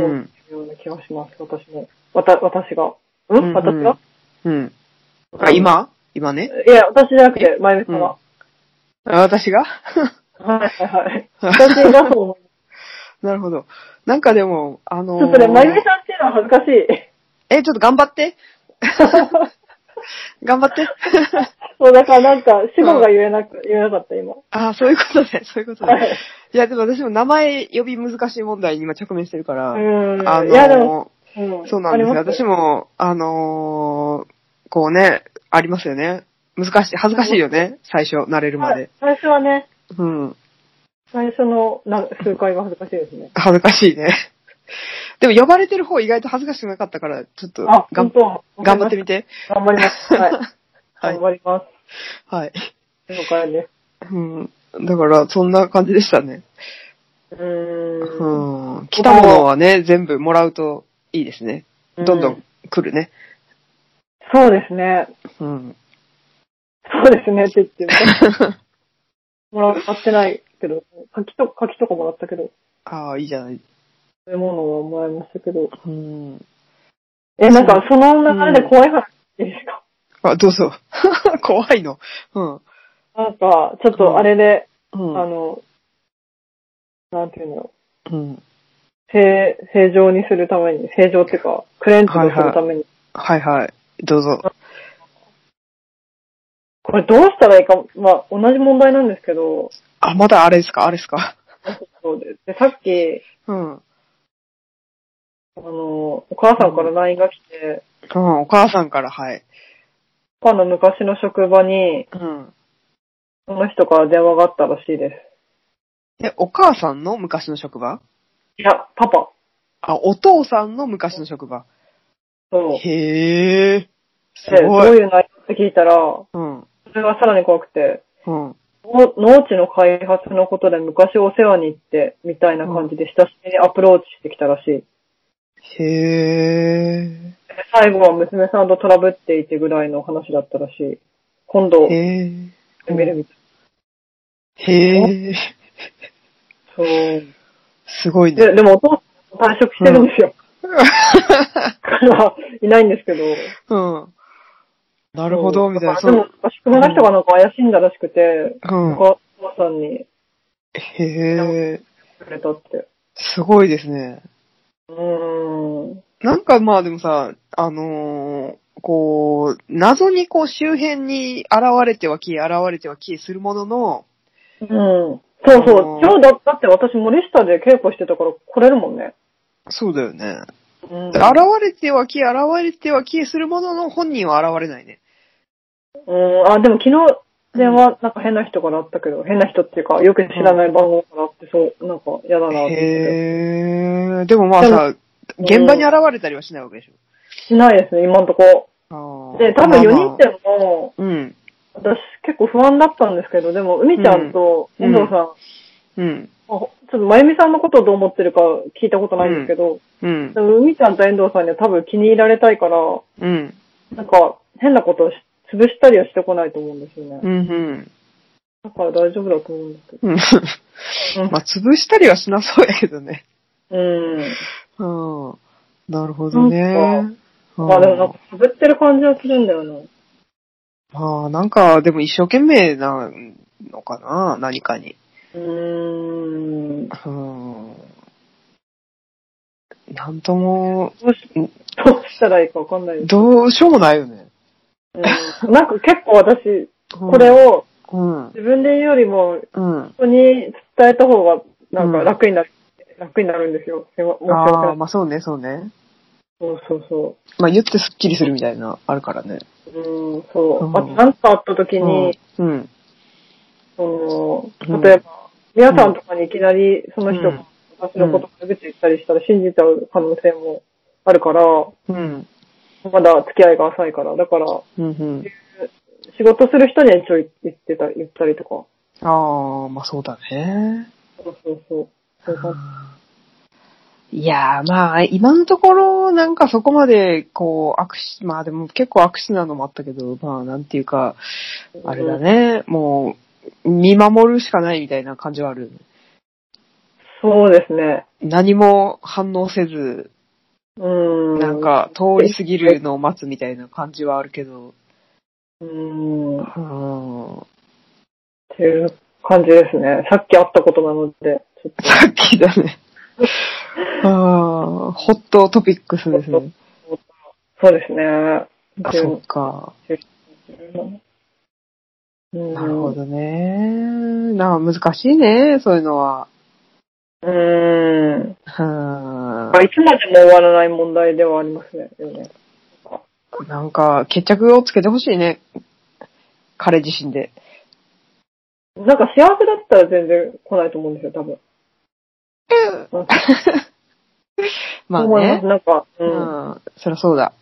ような気がします、私も。わた、私が。うん、うんうん私がうん。あ、今今ね。いや、私じゃなくて、まゆみさんが。あ私が はいはいはい。私だと思う。なるほど。なんかでも、あのち ーょっとね、まゆみさんっていうのは恥ずかしい。え、ちょっと頑張って。頑張って。 そう、だからなんか、死語が言えなく、言えなかった、今。ああ、そういうことね、そういうことね。、はいい。や、でも私も名前呼び難しい問題に今直面してるから、うん。あのいや、でも、ーんそうなんですよ。私。も、あのーこうね、ありますよね。難しい、恥ずかしいよね、最初、慣れるまあで。最初はね、うん。最初のな数回が恥ずかしいですね。恥ずかしいね。でも呼ばれてる方意外と恥ずかしくなかったから、ちょっとあ、がん本当頑張ってみみて。頑張ります。はい。 はい頑。張りまはい。す。了解でうん。だから、そんな感じでしたね。す。うーん。うん。来たものはね、全部もらうといいですね。どんどうん来るね。そうですね。うん。そうですねって言って、もらってないけど、柿と、柿とかもらったけど、ああ、いいじゃない。そういうものはもらいましたけど。うん。え、なんか、その流れで怖い話いいですかあ、どうぞ。 怖いの。うん。なんか、ちょっとあれで、うん。あの、なんていうの、うん。正、正常にするために、正常っていうか、クレンズをするために、はいはい。どうぞ。これどうしたらいいか、まあ、同じ問題なんですけど、あ、まだあれですかあれですかそうでで、さっき、うん。うん。あの、お母さんから LINE が来て、お母さんから、はい。他の昔の職場に、うん。その人から電話があったらしいです。え、お母さんの昔の職場いや、パパ。あ、お父さんの昔の職場。そう。へえ。すで、どごうい。いう内容って聞いたら、そうん。れがさらに怖くて、うん。農農地の開発のことで昔お世話に行って、みたいな感じで親しみにアプローチしてきたらしい。へえ。で最後は娘さんとトラブっていてぐらいの話だったらしい。今度、へえ。見るみたい。へえ、そう。いすごいね。や、でもお父さん退職してるんですよ。から、いないんですけど。 うん。なるほど、みたいな。そうでも、宿題の人がなんか怪しんだらしくて、うおん。母さんにへえ、くれたって。すごいですね。うーん。なんかまあでもさ、あのーこう、謎にこう周辺に現れては消え、現れては消えするものの、うん。そうそうう。ん今日だだって私森下で稽古してたから来れるもんね。そうだよね。うん。現れては消え、現れては消えするものの本人は現れないね。うん。あ、でも昨日電話なんか変な人からあったけど、変な人っていうか、よく知らない番号からあって、そう、なんか嫌だなと思って。へえ、でもまあさ、うん現場に現れたりはしないわけでししないですね、今んとこ。ょ。で、多分4人ってても、うん。私結構不安だったんですけど、でも、海ちゃんとうん遠藤さん、うん。あちょっとまゆみさんのことをどう思ってるか聞いたことないんですけど、うんで。も海ちゃんと遠藤さんには多分気に入られたいから、うん。なんか変なことをし潰したりはしてこないと思うんですよね。うん。うん。だから大丈夫だと思うんですけうん ど。うんまあ、潰したりはしなそうやけどね。うん。うん。なるほどねなん。うんまあでもなんか滑ってる感じはするんだよな。まあ、なんか、でも一生懸命なのかな、何かに。うーん。どうん。なんとも、うし、どうしたらいいかわかんないです。どうしようもないよね。うん、なんか結構私、ここれ。をうん。自分で言うよりもうん。人に伝えた方がなんか楽になる、楽になるんですよ。すいま申し訳あなあ、い。まあそうね、そうね。そうそうそう。まあ言ってスッキリするみたいな、あるからね。うん、そうう。んあと何かあった時に、うん。そうんの、例えば、皆さんとかにいきなりその人うんが私のことを悪口言ったりしたら信じちゃう可能性もあるから、うん。まだ付き合いが浅いから。だから、うん。うん。仕事する人には一応言ってた、言ったりとか。ああ、まあそうだね。そうそうそう。そういう感いやー、まあ、今のところ、なんかそこまで、こう、握手、まあでも結構握手なのもあったけど、まあ、なんていうか、じあれだ。ね、もう、見守るしかないみたいな感じはある。そうですね。何も反応せず、うん。なん、か、通り過ぎるのを待つみたいな感じはあるけど、うん。っうん、ていう感じですね。さっき会ったことなので、ちょっさっきだ ね。あーホットトピックスですね。と、そうですね。あ、そっか。うんなるほどね。なんか難しいね、そういうのは。うーん。うんまあいつまでも終わらない問題ではありますね。よねなんか、決着をつけてほしいね。彼自身で。なんか幸せだったら全然来ないと思うんですよ、多分。 まあ思いまねす。なんか、う。うんん。そりゃそうだ。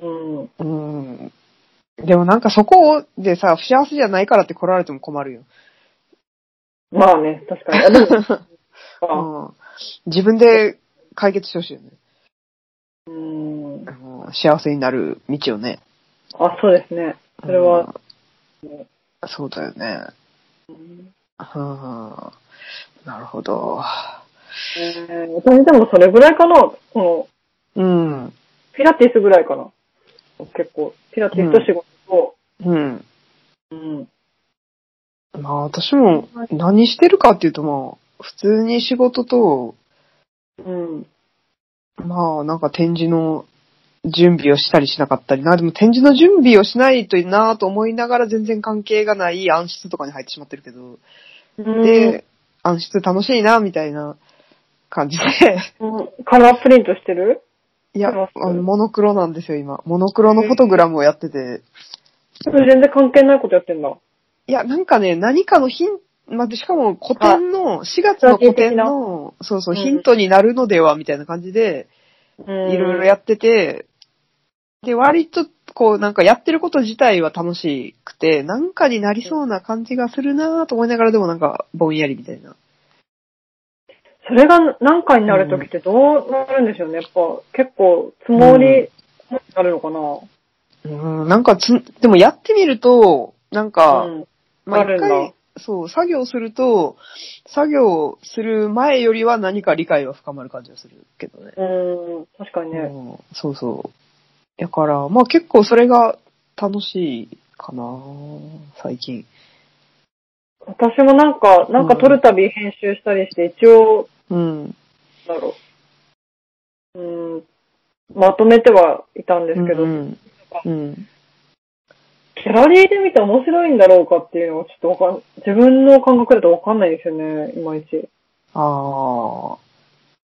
うん。うん。でもなんかそこをでさ、不幸せじゃないからって来られても 困るよ。まあね、確かに。あでもあうん。自分で解決してほしいよね。うん。うん幸せになる道をね。あ、そうですね。それは、うん。そうだよね。うん。なるほど。えー、私でもそれぐらいかな。この、うん。ピラティスぐらいかな。結構、ピラティスと仕事と、うん。うん。まあ私も何してるかっていうとまあ普通に仕事とうん。まあなんか展示の準備をしたりしなかったりな。でも展示の準備をしないといいなと思いながら全然関係がない暗室とかに入ってしまってるけど。で、で、暗室楽しいなみたいな感じで。カラープリントしてるいや、楽しいあのモノクロなんですよ今。モノクロのフォトグラムをやってて。それ全然関係ないことやってんだ。いや、なんかね、何かのヒント、まあ、でしかも古典の、4月の古典の、そうそう、うんヒントになるのでは、みたいな感じで、いいろいろやってて、で、割と、こう、なんかやってること自体は楽しくて、なんかになりそうな感じがするなぁと思いながら、でもなんか、ぼんやりみたいな。それが何回になるときってどうなるんでしょうね。やっぱ結構積もりになるのかな。うん、なんかつ、でもやってみると、なんか、うん。まあ、ある一んだ回、そう、作業すると、作業する前よりは何か理解は深まる感じがするけどね。うん、確かにね。うんそうそう。だから、まあ結構それが楽しいかな最近。私もなんか、なんか撮るたび編集したりして、一応、うん。なんだろう。うん、まとめてはいたんですけど、うんうん。うんギャラリーで見て面白いんだろうかっていうのはちょっとわかん、自分の感覚だとわかんないですよね、いまいち。ああ。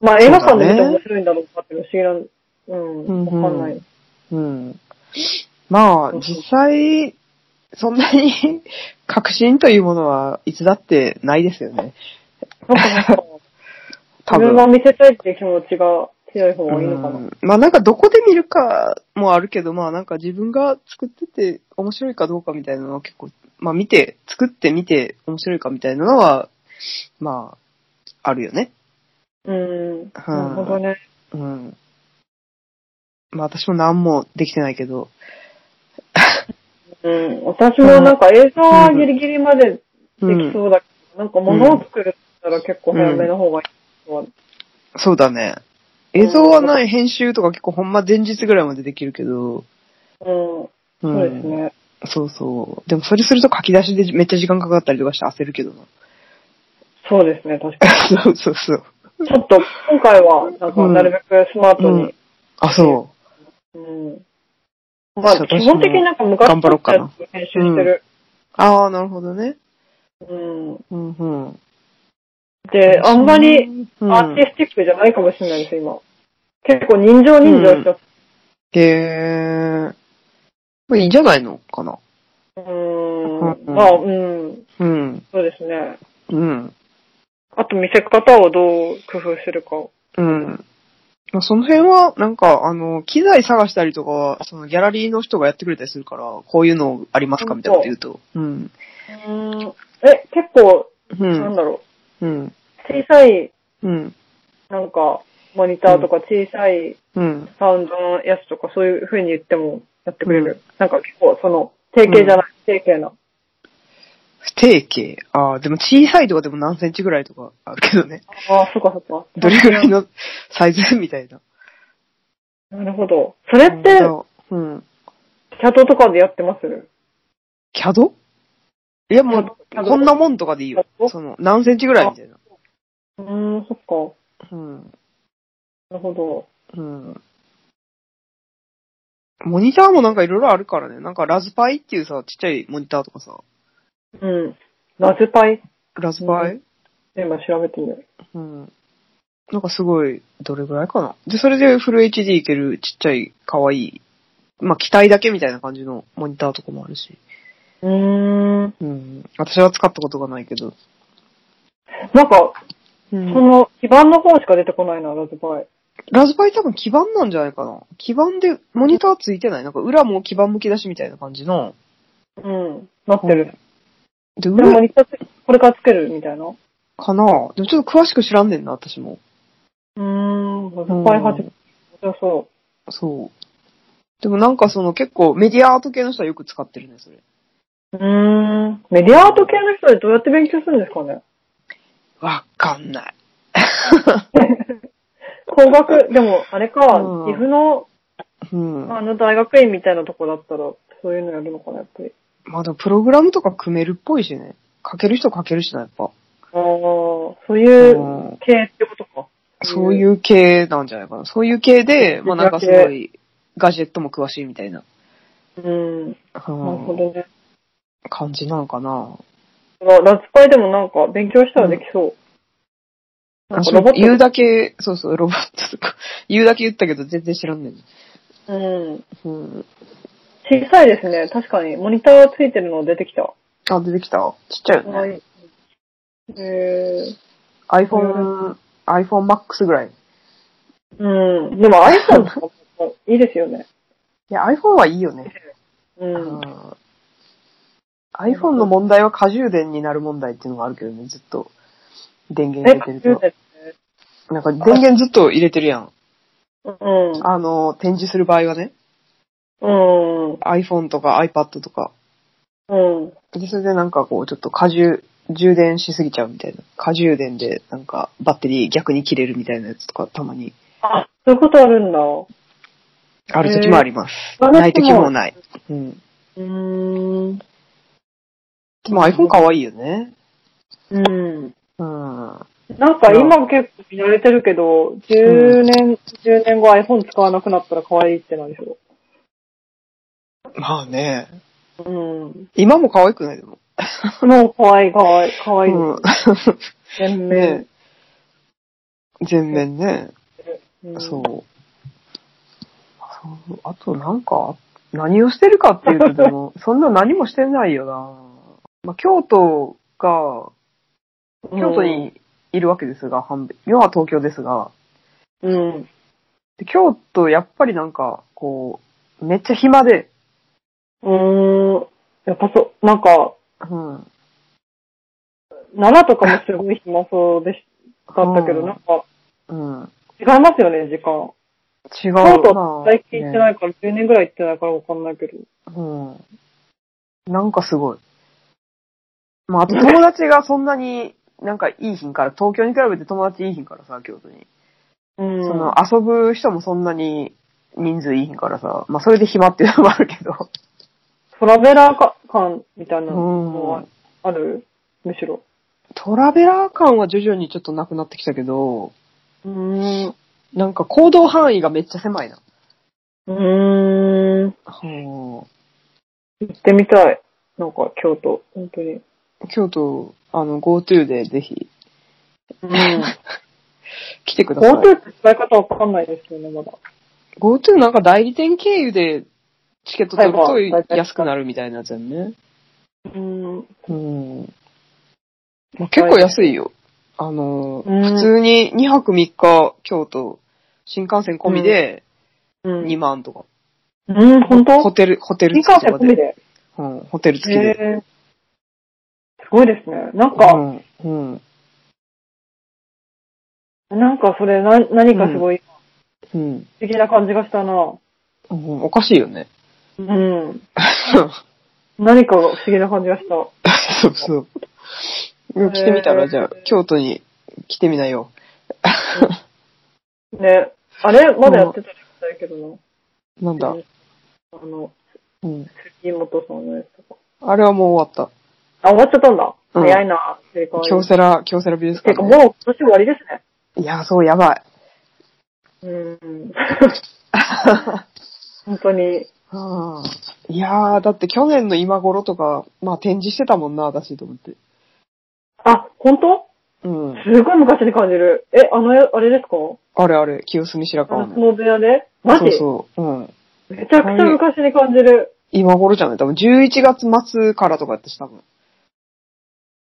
まあ映画館で見てそうだね面白いんだろうかっていうのは不思議な、うん、わかんない。うん。まあ、うん実際、そんなに 革新というものはいつだってないですよね。なんかなんか、 多自分分が見せたいっていう気持ちが強い方がいいのかな。うんまあなんかどこで見るかもあるけど、まあなんか自分が作ってて面白いかどうかみたいなのは結構、まあ見て、作ってみて面白いかみたいなのは、まあ、あるよね。うん。はいなるほどね。うん。まあ私も何もできてないけど。うん。私もなんか映像はギリギリまででうんきそうだけど、なんか物を作るったら結構早めの方がいいとは。そうだね。映像はない編集とか結構ほんま前日ぐらいまでできるけど。うん。うん、そうですね。そうそう。でもそれすると書き出しでめっちゃ時間かかったりとかして焦るけどな。 そうですね、確かそうそうそう。に。ちょっと今回は、なんかなるべくスマートに。あ、そうん。う。まあ、そう基本的に。なんか昔頑張ろうかな撮ったやつ編集してる。ああ、なるほどね。うん。うんうん。で、あんまりうん、アーティスティックじゃないかもしれないです、今。結構人情人情しちゃって。へえ。まあいいんじゃないのかな。うーん。うんまあ、うん。うん。そうですね。うん。あと見せ方をどう工夫するか。うん。まあ、その辺は、なんか、あの、機材探したりとかは、そのギャラリーの人がやってくれたりするから、こういうのありますかみたいなこと言うと。うん。うん。え、結構、うなんん。だろうん。う。小さい、うん。なんか、モニターとか小さいうん。サウンドのやつとかそういう風に言ってもやってくれる。なんか結構、その、定型じゃない、定型な。不定型。ああ、でも小さいとかでも何センチぐらいとかあるけどね。ああ、そっかそっか。どれぐらいのサイズみたいな。なるほど。それって、うん。キャットとかでやってますキャドいや、もう、 CAD こんなもんとかでいいよ。その、何センチぐらいみたいな。うーん、そっか。うん。なるほど。うん。モニターもなんかいろいろあるからね。なんかラズパイっていうさ、ちっちゃいモニターとかさ。うん。ラズパイラズパイ、今調べてみる。うん、なんかすごい、どれぐらいかな。で、それでフル HD いけるちっちゃい、かわいい。まあ、機体だけみたいな感じのモニターとかもあるし。うーん。うん。私は使ったことがないけど。なんか、うそん、の、基盤の方しか出てこないな、ラズパイ。ラズパイ多分基板なんじゃないかな。基板で、モニターついてないなんか裏も基板むき出しみたいな感じの。うん。なってる。でで、も裏モニターつこれからつけるみたいな。うかなでもちょっと詳しく知らんねんな、私も。ーん。ラズパイ初めて。面白そそう。でもなんかその結構メディアアート系の人はよく使ってるね、それ。う。うーん。メディアアート系の人でどうやって勉強するんですか ねわかんない。工学、でも、あれか、うん岐阜の、うん。あの、大学院みたいなとこだったら、そういうのやるのかな、やっぱり。まだプログラムとか組めるっぽいしね。書ける人は書けるしな、やっぱ。ああ、そういう系ってことか。そういう系なんじゃないかな。そういう系で、まあなんかすごい、ガジェットも詳しいみたいな、うん。なうるほんどね。感じなのかな。ラツパイでもなんか勉強したらできそう。なんかロボット言うだけ、そうそう、ロボットとか、 言うだけ言ったけど全然知らんねん。うん。うん。小さいですね。確かに。モニターついてるの出てきた。あ、出てきた。ちっちゃいかよわいね。い。え iPhone、iPhone Max ぐらい。ー、いうん。でも iPhone とかもいいですよね。や、iPhone はいいよね。うん。 iPhone の問題は過充電になる問題っていうのがあるけどね、ずっと。電源え、入れて10ると。ですね。なんか電源ずっと入れてるやん。うん。あの、展示する場合はね、うん。 iPhone とか iPad とか。うん。で、それでなんかこう、ちょっと過重充電しすぎちゃうみたいな。過充電で、なんか、バッテリー逆に切れるみたいなやつとか、たまに、あ、そういうことあるんだ。ある時もあります。えーない時もない。うん。うーん。でも iPhone 可愛いよね。うん。うん。なんか今も結構見られてるけど、10年、10年後 iPhone 使わなくなったら可愛いってなんでしょまあね。う。うん。今も可愛くないでも。もう可愛い可愛い、可愛い。うん。全面ね。 全面ね。うんそう。そうあとなんか、何をしてるかっていうと、でも、そんな何もしてないよな。まあ、京都が、京都にいるわけですが、半分。要は東京ですが。うん。で京都、やっぱりなんか、こう、めっちゃ暇で、うん。うーん。やっぱそう、なんか、うん。奈良とかもすごい暇そうでしただったけど、うんなんか、うん。違いますよね、時間。違京うな、都最近行ってないいから、10年ぐらい行ってないからわかんないけど。ねうん。なんかすごい。まあ、あと友達がそんなに、なんかいい品から、東京に比べて友達いい品からさ、京都に。うん。その、遊ぶ人もそんなに人数いい品からさ、まあ、それで暇っていうのもあるけど。トラベラーか感みたいなのうはんあるむしろ。トラベラー感は徐々にちょっとなくなってきたけど、うーん。なんか行動範囲がめっちゃ狭いな。うーん。は行ってみたい。なんか、京都。本当に。あ、京都、あの、GoTo でぜひうん。来てください。 GoTo って使い方わかんないですよね、まだ。 GoTo なんか代理店経由でチケット取はいまあると安くなるみたいなやつやんね。うん。ううん。まあ、結構安いよ。あの、うん普通に2泊3日京都、新幹線込みで2ん。万とか。うん、本ホ当テル、ホテル新付き幹線とか込みで。で。うん、ホテル付きで。へーすごいですね。なんうか、ん。うん。なんかそれ、な、何かすごいうん。不思議な感じがしたな。うんおかしいよね。うん。何か不思議な感じがした。 そうそう。うん来てみたら、じゃあ、京都に来てみなよ。ね。あれまだやってたら行きたいけど なんな。だ。あの、うん。杉本さんのやつとか。あれはもう終わっあ、終わっちゃったんだ。うん早いな、正解た。。京セラ、京セラ美術てか、も館、うね。今年終わりですね。いや、そう、や ばい。 うん。本当に。うんいやー、だって去年の今頃とか、まあ展示してたもんな、私と思って。あ、本当うん。すごい昔に感じる。え、あの、あれですかあれあれ、清澄白あの河の。相撲部屋でマジそうそう。うん。めちゃくちゃ昔に感じる。今頃じゃない多分11月末からとかやったし、多分。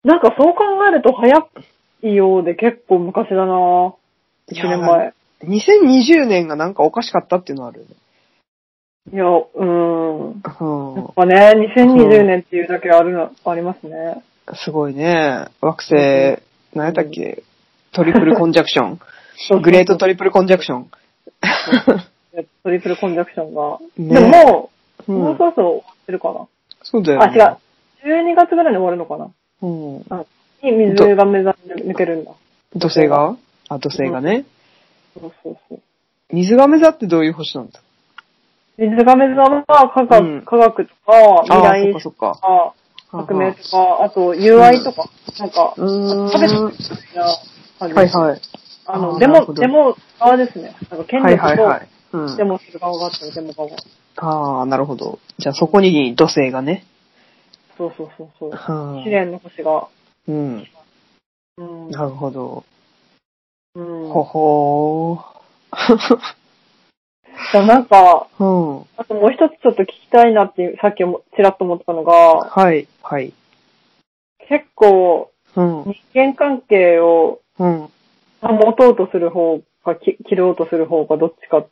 なんかそう考えると早いようで結構昔だな1いや年前。 2020年がなんかおかしかったっていうのはあるよね。いや、うーん。やっうぱね、2020年っていうだけあるの、ありますね。ん。すごいね。惑星、何やったっけトリプルコンジャク ション。グレートトリプルコンジャクション。トリプルコンジャクションが。ねでももう、うもうんそろそろ終わってるかな。そうだよ、あ、ね。違う。12月ぐらいに終わるのかなう。ん。に水が目覚め抜けるんだ。土星があ、土星がね。そうそうそう。水亀座ってどういう星なんだ水が目覚めは科学、うん科学とか、未ああ来ー、とそっかそっか。か、革命とか、あと、友愛とか、なんか、うーん。差別みたいな感じ。はいはい。ああの、ーデなるモ、ほどデモ側ですね。なんか権はい力はいはとい。うんデ、モする側があったり、デモ側が。ああ、なるほど。じゃあそこに土星がね。そうそうそうそう。は試練の星が。うん。うん。なるほど。うん。ほほでもなんか、ー。 うん。あともう一つちょっと聞きたいなっていう、さっきもちらっと思ったのが、はい、はい。結構、うん。人間関係をうん。保とうとする方か、き切ろうとする方か、どっちかっ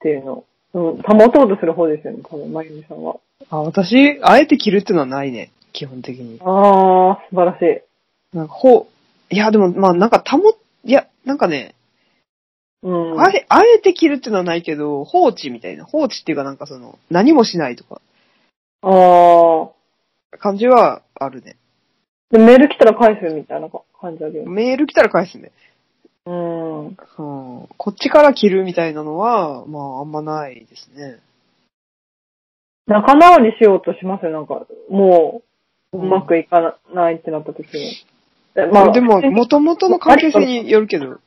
ていうの。うん、保とうとする方ですよね、多分、まゆみさんは。あ、私、あえて着るってのはないね。基本的に。あー、素晴らしい。なんか、ほう、いや、でも、まあ、なんか、たも、いや、なんかね、うん。あえ、あえて着るってのはないけど、放置みたいな。放置っていうか、なんかその、何もしないとか、あー、感じはあるね。で、メール来たら返すみたいな感じだけど。メール来たら返すね。うん。うん。こっちから着るみたいなのは、まあ、あんまないですね。仲直りしようとしますよ、なんか。もう、うまくいかないってなった時に。えまあ、でも、別に元々の関係性によるけど。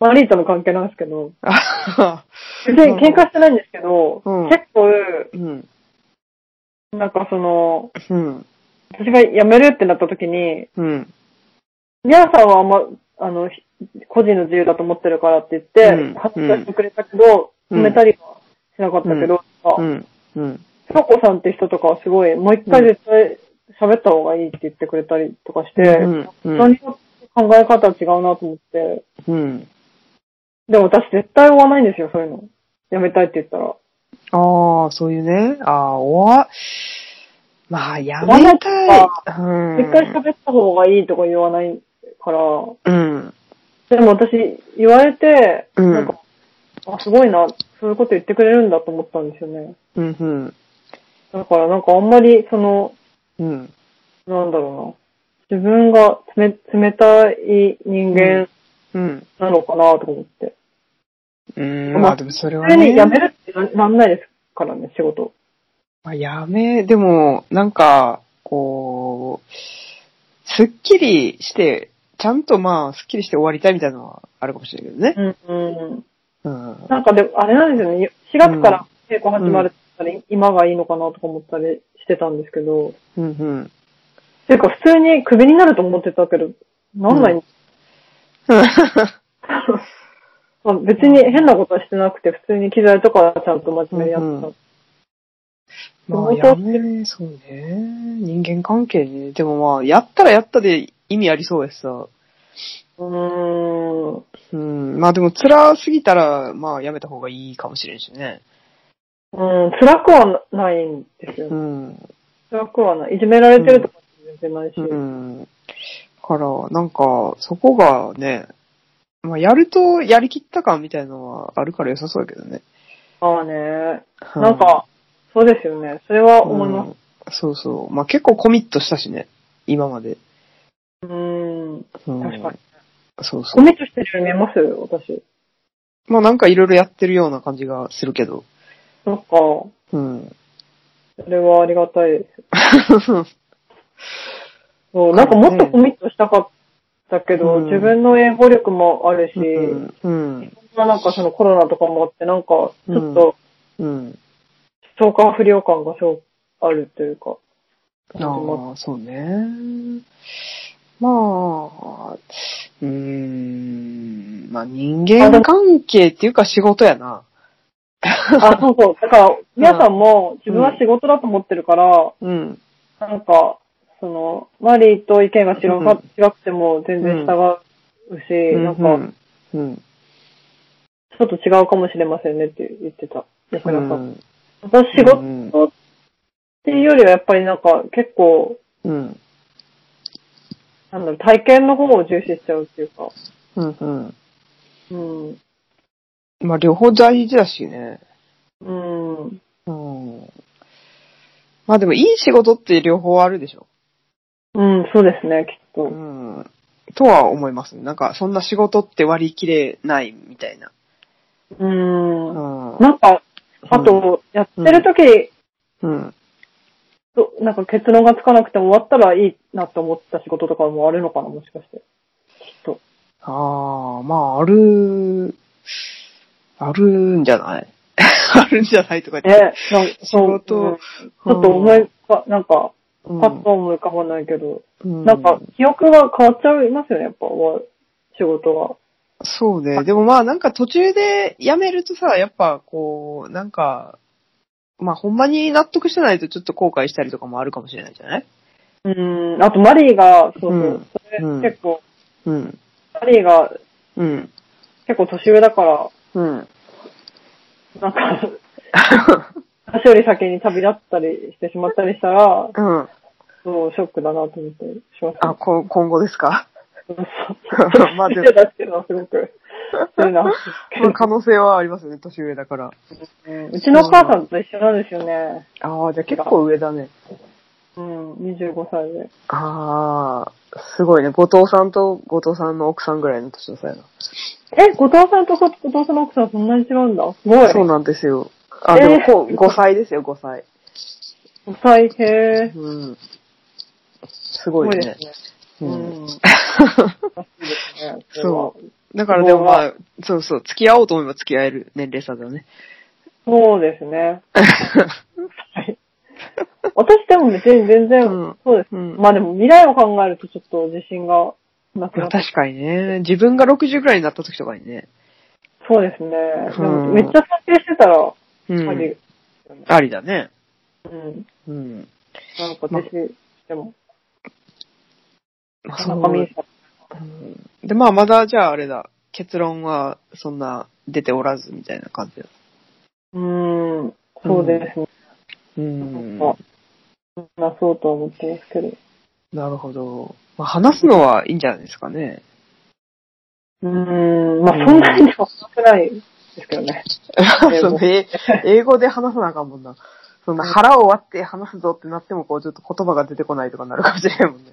マリーとの関係なんですけど、あ別に喧嘩してないんですけど、うん結構、 うん。なんかその、うん。私が辞めるってなった時に、うん。皆さんはあんま、あの、ひ個人の自由だと思ってるからって言って、うん発表してくれたけど、うん止めたりはしなかったけど、うあん。うん。ひろこさんって人とかはすごい、もう一回絶対喋った方がいいって言ってくれたりとかして、うんうん人によって考え方は違うなと思って、うん。でも私絶対追わないんですよ、そういうの。辞めたいって言ったら。ああ、そういうね。ああ、おわ、まあ、やおわめなたいい。うん。一回喋った方がいいとか言わないから、うん。でも私言われて、うんなんか、あ、すごいな、そういうこと言ってくれるんだと思ったんですよね。うん、うん。だからなんかあんまり、その、うん。なんだろうな。自分が冷冷たい人間うん。なのかなとか思って。うん。まあまあ、でもそれそはれね。に辞めるってななんないですからね、仕事。まあ、やめ、でも、なんか、こう、すっきりして、ちゃんとまあ、すっきりして終わりたいみたいなのはあるかもしれないけどねう。ん、うん。うん。なんかでも、あれなんですよね。4月から稽古始まるって言ったら、今がいいのかなとか思ったりしてたんですけど。う ん、うん。ていうか、普通にクビになると思ってたけど、なんない、う まあ別に変なことはしてなくて、普通に機材とかはちゃんと真面目にやってた。うんまあ、やめ、そうね。人間関係ね。でもまあ、やったらやったで意味ありそうですさ。うーん。うん。まあでも、辛すぎたら、まあ、やめた方がいいかもしれんしね。うん、辛くはないんですよう。ん。辛くはない。いじめられてるとか全然ないし。ううん。ん。だから、なんか、そこがね、まあ、やるとやりきった感みたいのはあるから良さそうだけどね。ああね。なんか、そうですよね。それはうん、思います。そうそう。まあ、結構コミットしたしね。今まで。うん。うん、確かに。そうそコう。ミットしてるように見えます私。まあ、なんかいろいろやってるような感じがするけど。そっか。そ うん。れはありがたいです。そう、んなんかもっとコミットしたかったけど、うん自分の英語力もあるし、うん。うん。まあなんかそのコロナとかもあって、なんか、ちょっと、うん。消化不良感がそう、あるというか。ああ、そうね。まあ、うーん、まあ人間関係っていうか仕事やな。あ、そうそう。だから、皆さんも自分は仕事だと思ってるから、 うん。なんか、その、マリーと意見が違うか違くても全う然ん従うし、なんか、うん、うん。ちょっと違うかもしれませんねって言ってた。だからさ、うん私仕事っていうよりはやっぱりなんか結構、うん。なんだろう、体験の方を重視しちゃうっていうか、うん。うん。うん。まあ両方大事だしね。うん。うん。まあでもいい仕事って両方あるでしょ。うん、そうですね、きっと。うん。とは思いますね。なんかそんな仕事って割り切れないみたいな。うん。うん。なんか、あと、やってる時、うん。となんか結論がつかなくても終わったらいいなと思った仕事とかもあるのかな、もしかして。きっと。ああ、まあ、ある、あるんじゃない あるんじゃないとか言って。ね、なんか仕事うんちょっと思いか、なんか、うパッとは思い浮かばないけど、んなんか、記憶が変わっちゃいますよね、やっぱ、わ仕事は。そうね。でもまあ、なんか途中で辞めるとさ、やっぱこう、なんか、まあ、ほんまに納得してないとちょっと後悔したりとかもあるかもしれないじゃないうん、あと、マリーが、そうそう、うんそれ、結構、うん。マリーがうん。結構年上だから、 うん。なんか、 私より先に旅立ったりしてしまったりしたら、うん。そう、ショックだなと思ってしました。 あ、こ、今後です かそうそう。まあでも手出してるのはすご く、失礼な話ですけまあど可能性はありますよね、年上だから。うんうちのお母さんと一緒なんですよね。ああ、じゃあ結構上だね。うん、25歳で。ああ、すごいね。後藤さんと後藤さんの奥さんぐらいの年の差やな。え、後藤さんとこ後藤さんの奥さんそんなに違うんだすごい。そうなんですよ。あ、でもこう、5歳ですよ、5歳。お歳平。うん。すごいね。すごいう。ですね。うんん。。そうだからでもまあ、そうそう、付き合おうと思えば付き合える年齢差だ よね。そうですね。はい。私でも別に全然、うんそうです。うんまあでも未来を考えるとちょっと自信がなくまなあった。確かにね。自分が60ぐらいになった時とかにね。そうですね。でうもんめっちゃ撮影してたら、うありん。ありだね。うん。うん。なんか私、でも、まあ田中美さん。うんで、まあまだじゃああれだ。結論はそんな出ておらずみたいな感じだ。うーん。そうですね。うん。まあ、なそうとは思ってますけど。なるほど。まあ話すのはいいんじゃないです かね。うーん。まあそんなにでも少ないですけど ね。英語そのえ英語で話さなあかんもんな。そんな腹を割って話すぞってなっても、こう、ちょっと言葉が出てこないとかなるかもしれないもんね。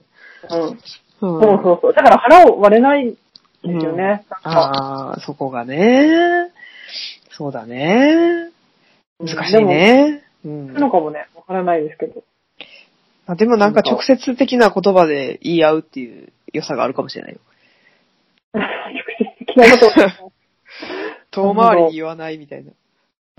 うん。そそうそうそう。だから腹を割れないんですようんね。なんかああ、そこがね。そうだね。うん難しいね。うでんも。なのかもね、わからないですけ ど。 あでもなんか直接的な言葉で言い合うっていう良さがあるかもしれないよ。直接的なこ 遠回りに言わないみたいな。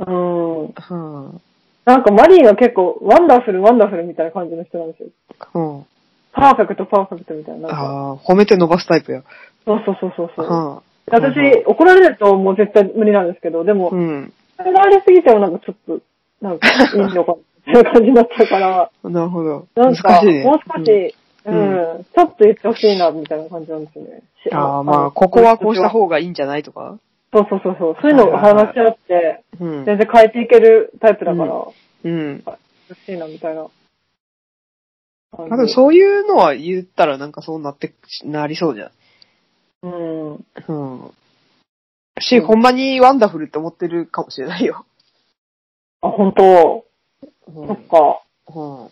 とを。うん。うん。なんかマリーが結構、ワンダフル、ワンダフルみたいな感じの人なんですよ。うん。パーフェクト、パーフェクトみたいな。なんかああ、褒めて伸ばすタイプや。そうそうそうそううそう。ん。私、怒られるともう絶対無理なんですけど、でもう、ん。怒られすぎてもなんかちょっと、なんか、いいのかな、みたいな感じになっちゃうから、なるほど。なん難か、しいね。もう少うんし、うん、ちょっと言ってほしいな、みたいな感じなんですよね。しああ、まあ、ここはこうした。方がいいんじゃないとか。そうそうそうそう。そういうのを話し合って、うん。全然変えていけるタイプだから、うん欲うん。しいな、みたいな。あまあでもそういうのは言ったらなんかそうなって、なりそうじゃん。うん。うん。し、ほんまにワンダフルって思ってるかもしれないよ。あ、本当。うそっか。ん。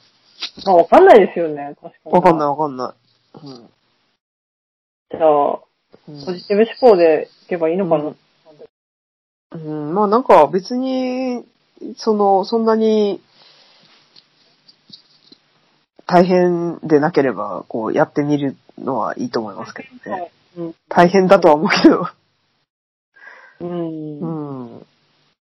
まあ、わかんないですよね。確かに。わかんないわかんない。い。じゃあ、うんポジティブ思考でいけばいいのかな。うんうん。まあなんか別に、その、そんなに、大変でなければ、こう、やってみるのはいいと思いますけどね。うん。大変だとは思うけど。うん。うん。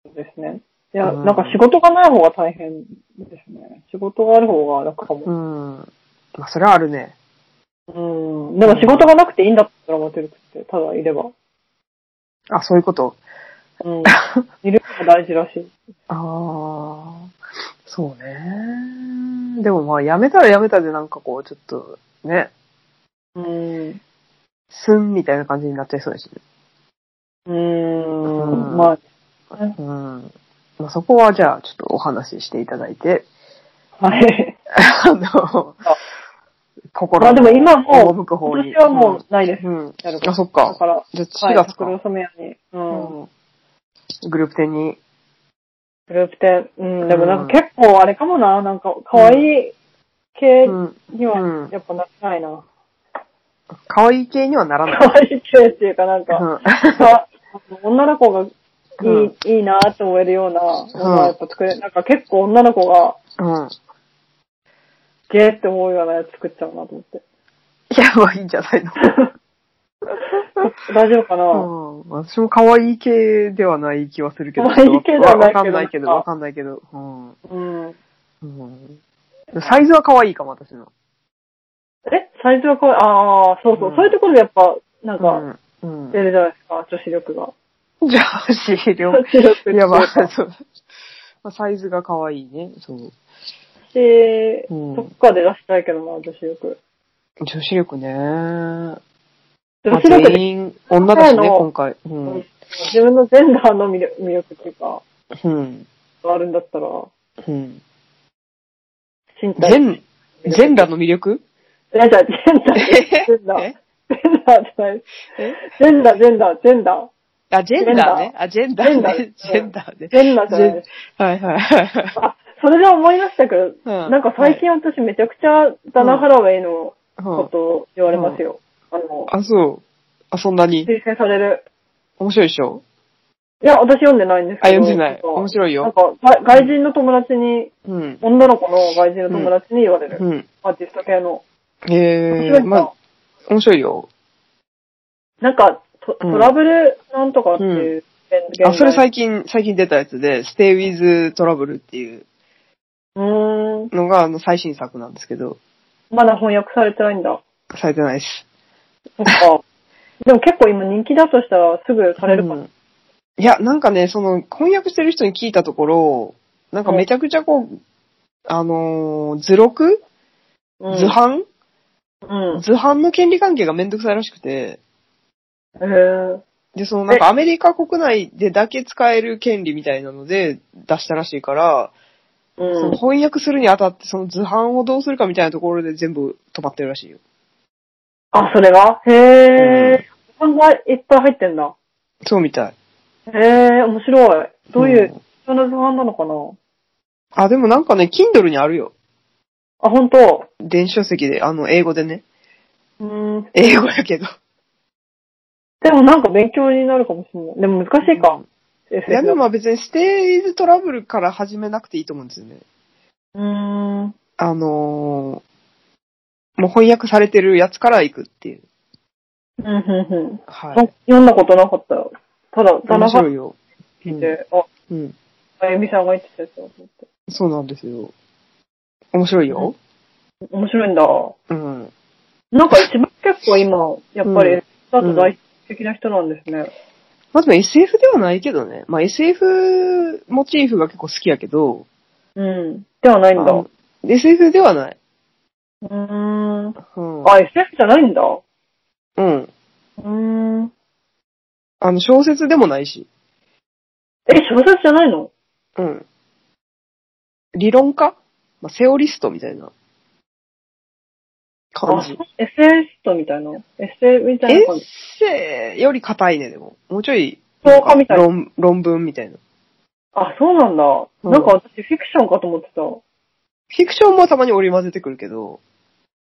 そうですね。いや、うんなんか仕事がない方が大変ですね。仕事がある方が楽かうも。ん。まあそれはあるね。うん。でも仕事がなくていいんだったらモテるって、ただいれば。あ、そういうこと。 うん。いるのが大事らしい。ああ、そうね。でもまあ、辞めたら辞めたでなんかこう、ちょっと、ね、うん。すんみたいな感じになっちゃいそうですね。うん。うんまあ、うん。まあ、そこはじゃあ、ちょっとお話ししていただいて、はい。 あの、心まあでも今も赴く方今に。年はもうないです。う、ん。やるあ、そっだか。から、じゃあ、は4い、月か。桜染屋に。うんうん。グループ展に。グループ展。うん、でもなんか結構あれかもな、なんか可愛い系うん。にうはんやっぱなってないな。可愛い系にはならない。可愛い系っていうかなんか、うか女の子がいい,、うんいいなって思えるようなものはやっぱ作れ、なんか結構女の子がん。 うん。ゲーって思うようなやつ作っちゃうなと思 って。 いや、まあいいんじゃないの。大丈夫かな、うん、私も可愛い系ではない気はするけど。可愛い系ではないけどわかんないけど、わかんないけど。うん。うん、うん。サイズは可愛いかも、私の。えサイズは可愛い。ああ、そうそう、うんそういうところでやっぱ、なんか、うん。出るじゃないですか、女子力が。うん。じゃあ、終了女。子力っていや、まあ、そう。まあ、サイズが可愛いね。そう。で、うんどっかで出したいけどな、女子力。女子力ね。女まあ、子力で全員女だしね、彼の今回。うん。自分のジェンダーの魅力魅力っていうか、うん。あるんだったら、うん。身体。全、全裸の魅力いやじゃあジェンダー、ジェンダー、えジェンダーじゃない。えジェンダー、ジェンダー、ジェンダあ、ジェンダーね。あ、ジェンダーね。ジジェェンンダダーねー。。ジェンダーじゃないです。はいはいはいはい。あ、それで思い出したけど、うんなんか最近私めちゃくちゃダナ・ハラウェイのはことを言われますよ。あの、あ、あ、そう。あ、そんなに。推薦される。面白いでしょいや、私読んでないんですあ、けど。読んでない。面い白いなんよ。か、外外人の友達に、うん。女の子の外人の友達に言われる。うん。アーティスト系の。面え白いー、まあ、面白いよ。なんかト、うんトラブルなんとかっていう現あ、それ現最近、最近出たやつで、Stay with Trouble っていう代うーん。のが、あの、最新作なんですけど、まだ翻訳されてないんだ。されてないです。そっか。 でも結構今人気だとしたらすぐされるかうも。んいや、なんかね、その、翻訳してる人に聞いたところ、なんかめちゃくちゃこう、あのー図録、うん。図版、うん。図版の権利関係がめんどくさいらしくて、へーで、そのなんかアメリカ国内でだけ使える権利みたいなので出したらしいから、うそのん。翻訳するにあたってその図版をどうするかみたいなところで全部止まってるらしいよ。あ、それがへえ。ー。ん、いっぱい入ってんだ。そうみたい。へえ、面白い。どういう、ん貴重な図版なのかなあ、でもなんかね、Kindle にあるよ。あ、本当電子書籍で、あの、英語でね。うーん。英語やけど。でもなんか勉強になるかもしれない。でも難しいか。いや SF でだもとまあ別にステイズトラブルから始めなくていいと思うんですよね。うーん。あのー、もう翻訳されてるやつから行くっていう。うん、うん、うん。はなんいか。読んだことなかったよ。ただ、田面中白い聞よ。ういんて、あ、うん。あゆみさんが言ってたやつだと思って。そうなんですよ。面白いよ。面白いんだ。うん。なんか一番結構今、やっぱうりん、だと大的な人なんですね。まず、SF ではないけどね。まあ SF モチーフが結構好きやけど、うん。ではないんだ。うあの SF ではない。ーん。うん。あ、SF じゃないんだ。ううん。ーん。あの、小説でもないし。え、小説じゃないのうん。理論家まあ、セオリストみたいな感あ、じそう。エッセイストみたいな。エッセイみたいなエッ感じ。セイより硬いね、でも。もうちょい、評価みたいな。論論文みたいな。あ、そうなんだ。うんなんか私フィクションかと思ってた。フィクションもたまに織り交ぜてくるけど、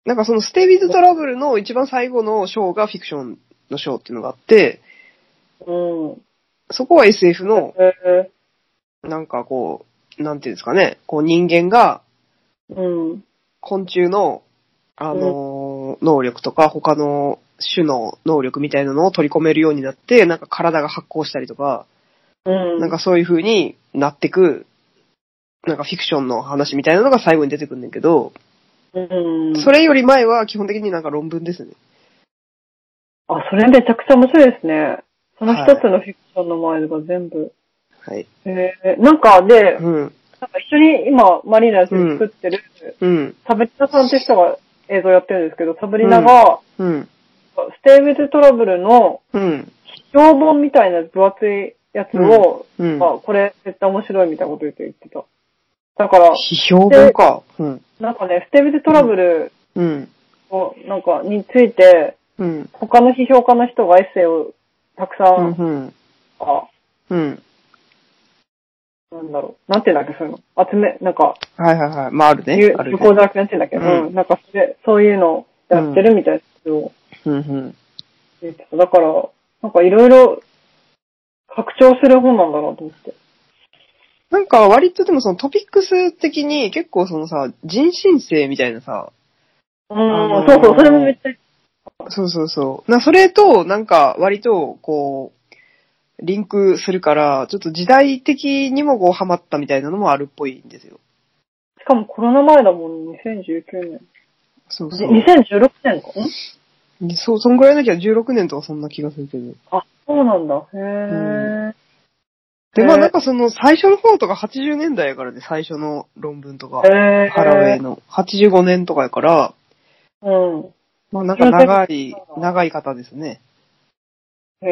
なんかそのステイビーズトラブルの一番最後の章がフィクションの章っていうのがあって、うん。そこは SF の、えなんかこう、なんていうんですかね、こう人間がー、うん。昆虫の、あのー能力とか他の種の能力みたいなのを取り込めるようになって、なんか体が発光したりとか、うん。なんかそういう風になってく、なんかフィクションの話みたいなのが最後に出てくるんだけど、うん。それより前は基本的になんか論文ですね。あ、それめちゃくちゃ面白いですね。その一つのフィクションの前が全部。はい。えー、なんかで、うん。なんか一緒に今、マリーナで作ってる、うん。サブリナさんって人が映像やってるんですけど、サブリナが、うん。ステイウィズトラブルのうん。標本みたいな分厚いやつを、うん。まあ、これ絶対面白いみたいなこと言って言ってた。だから、批評文か。うん。なんかね、ステイウィズトラブルうん。を、なんか、について、うん。他の批評家の人がエッセイをたくさ、うんん。あうん。なんだろう、なんていうんだっけ、そういうの。集め、なんか、はいはいはい。まあ、あるね有。ある講ね。座やってんだっけど、うんうん、なんかそれ、そういうのやってるみたいですけど、うん。うん。えっとだから、なんかいろいろ拡張する本なんだなと思って。なんか割とでもそのトピックス的に結構そのさ、人新性みたいなさ、うあん、のーそうそう、それもめっちゃ、そうそうそう。な、それとなんか割とこう、リンクするから、ちょっと時代的にもこうハマったみたいなのもあるっぽいんですよ。しかもコロナ前だもん、2019年。そうじそう。 2016年かんそう、そんぐらいなきゃ16年とかそんな気がするけど。あ、そうなんだ。へー。で、へーまあなんかその最初の方とか80年代やからね、最初の論文とか、へー。ハラウェイの85年とかやから、うん。まあなんか長い、長い方ですね。へ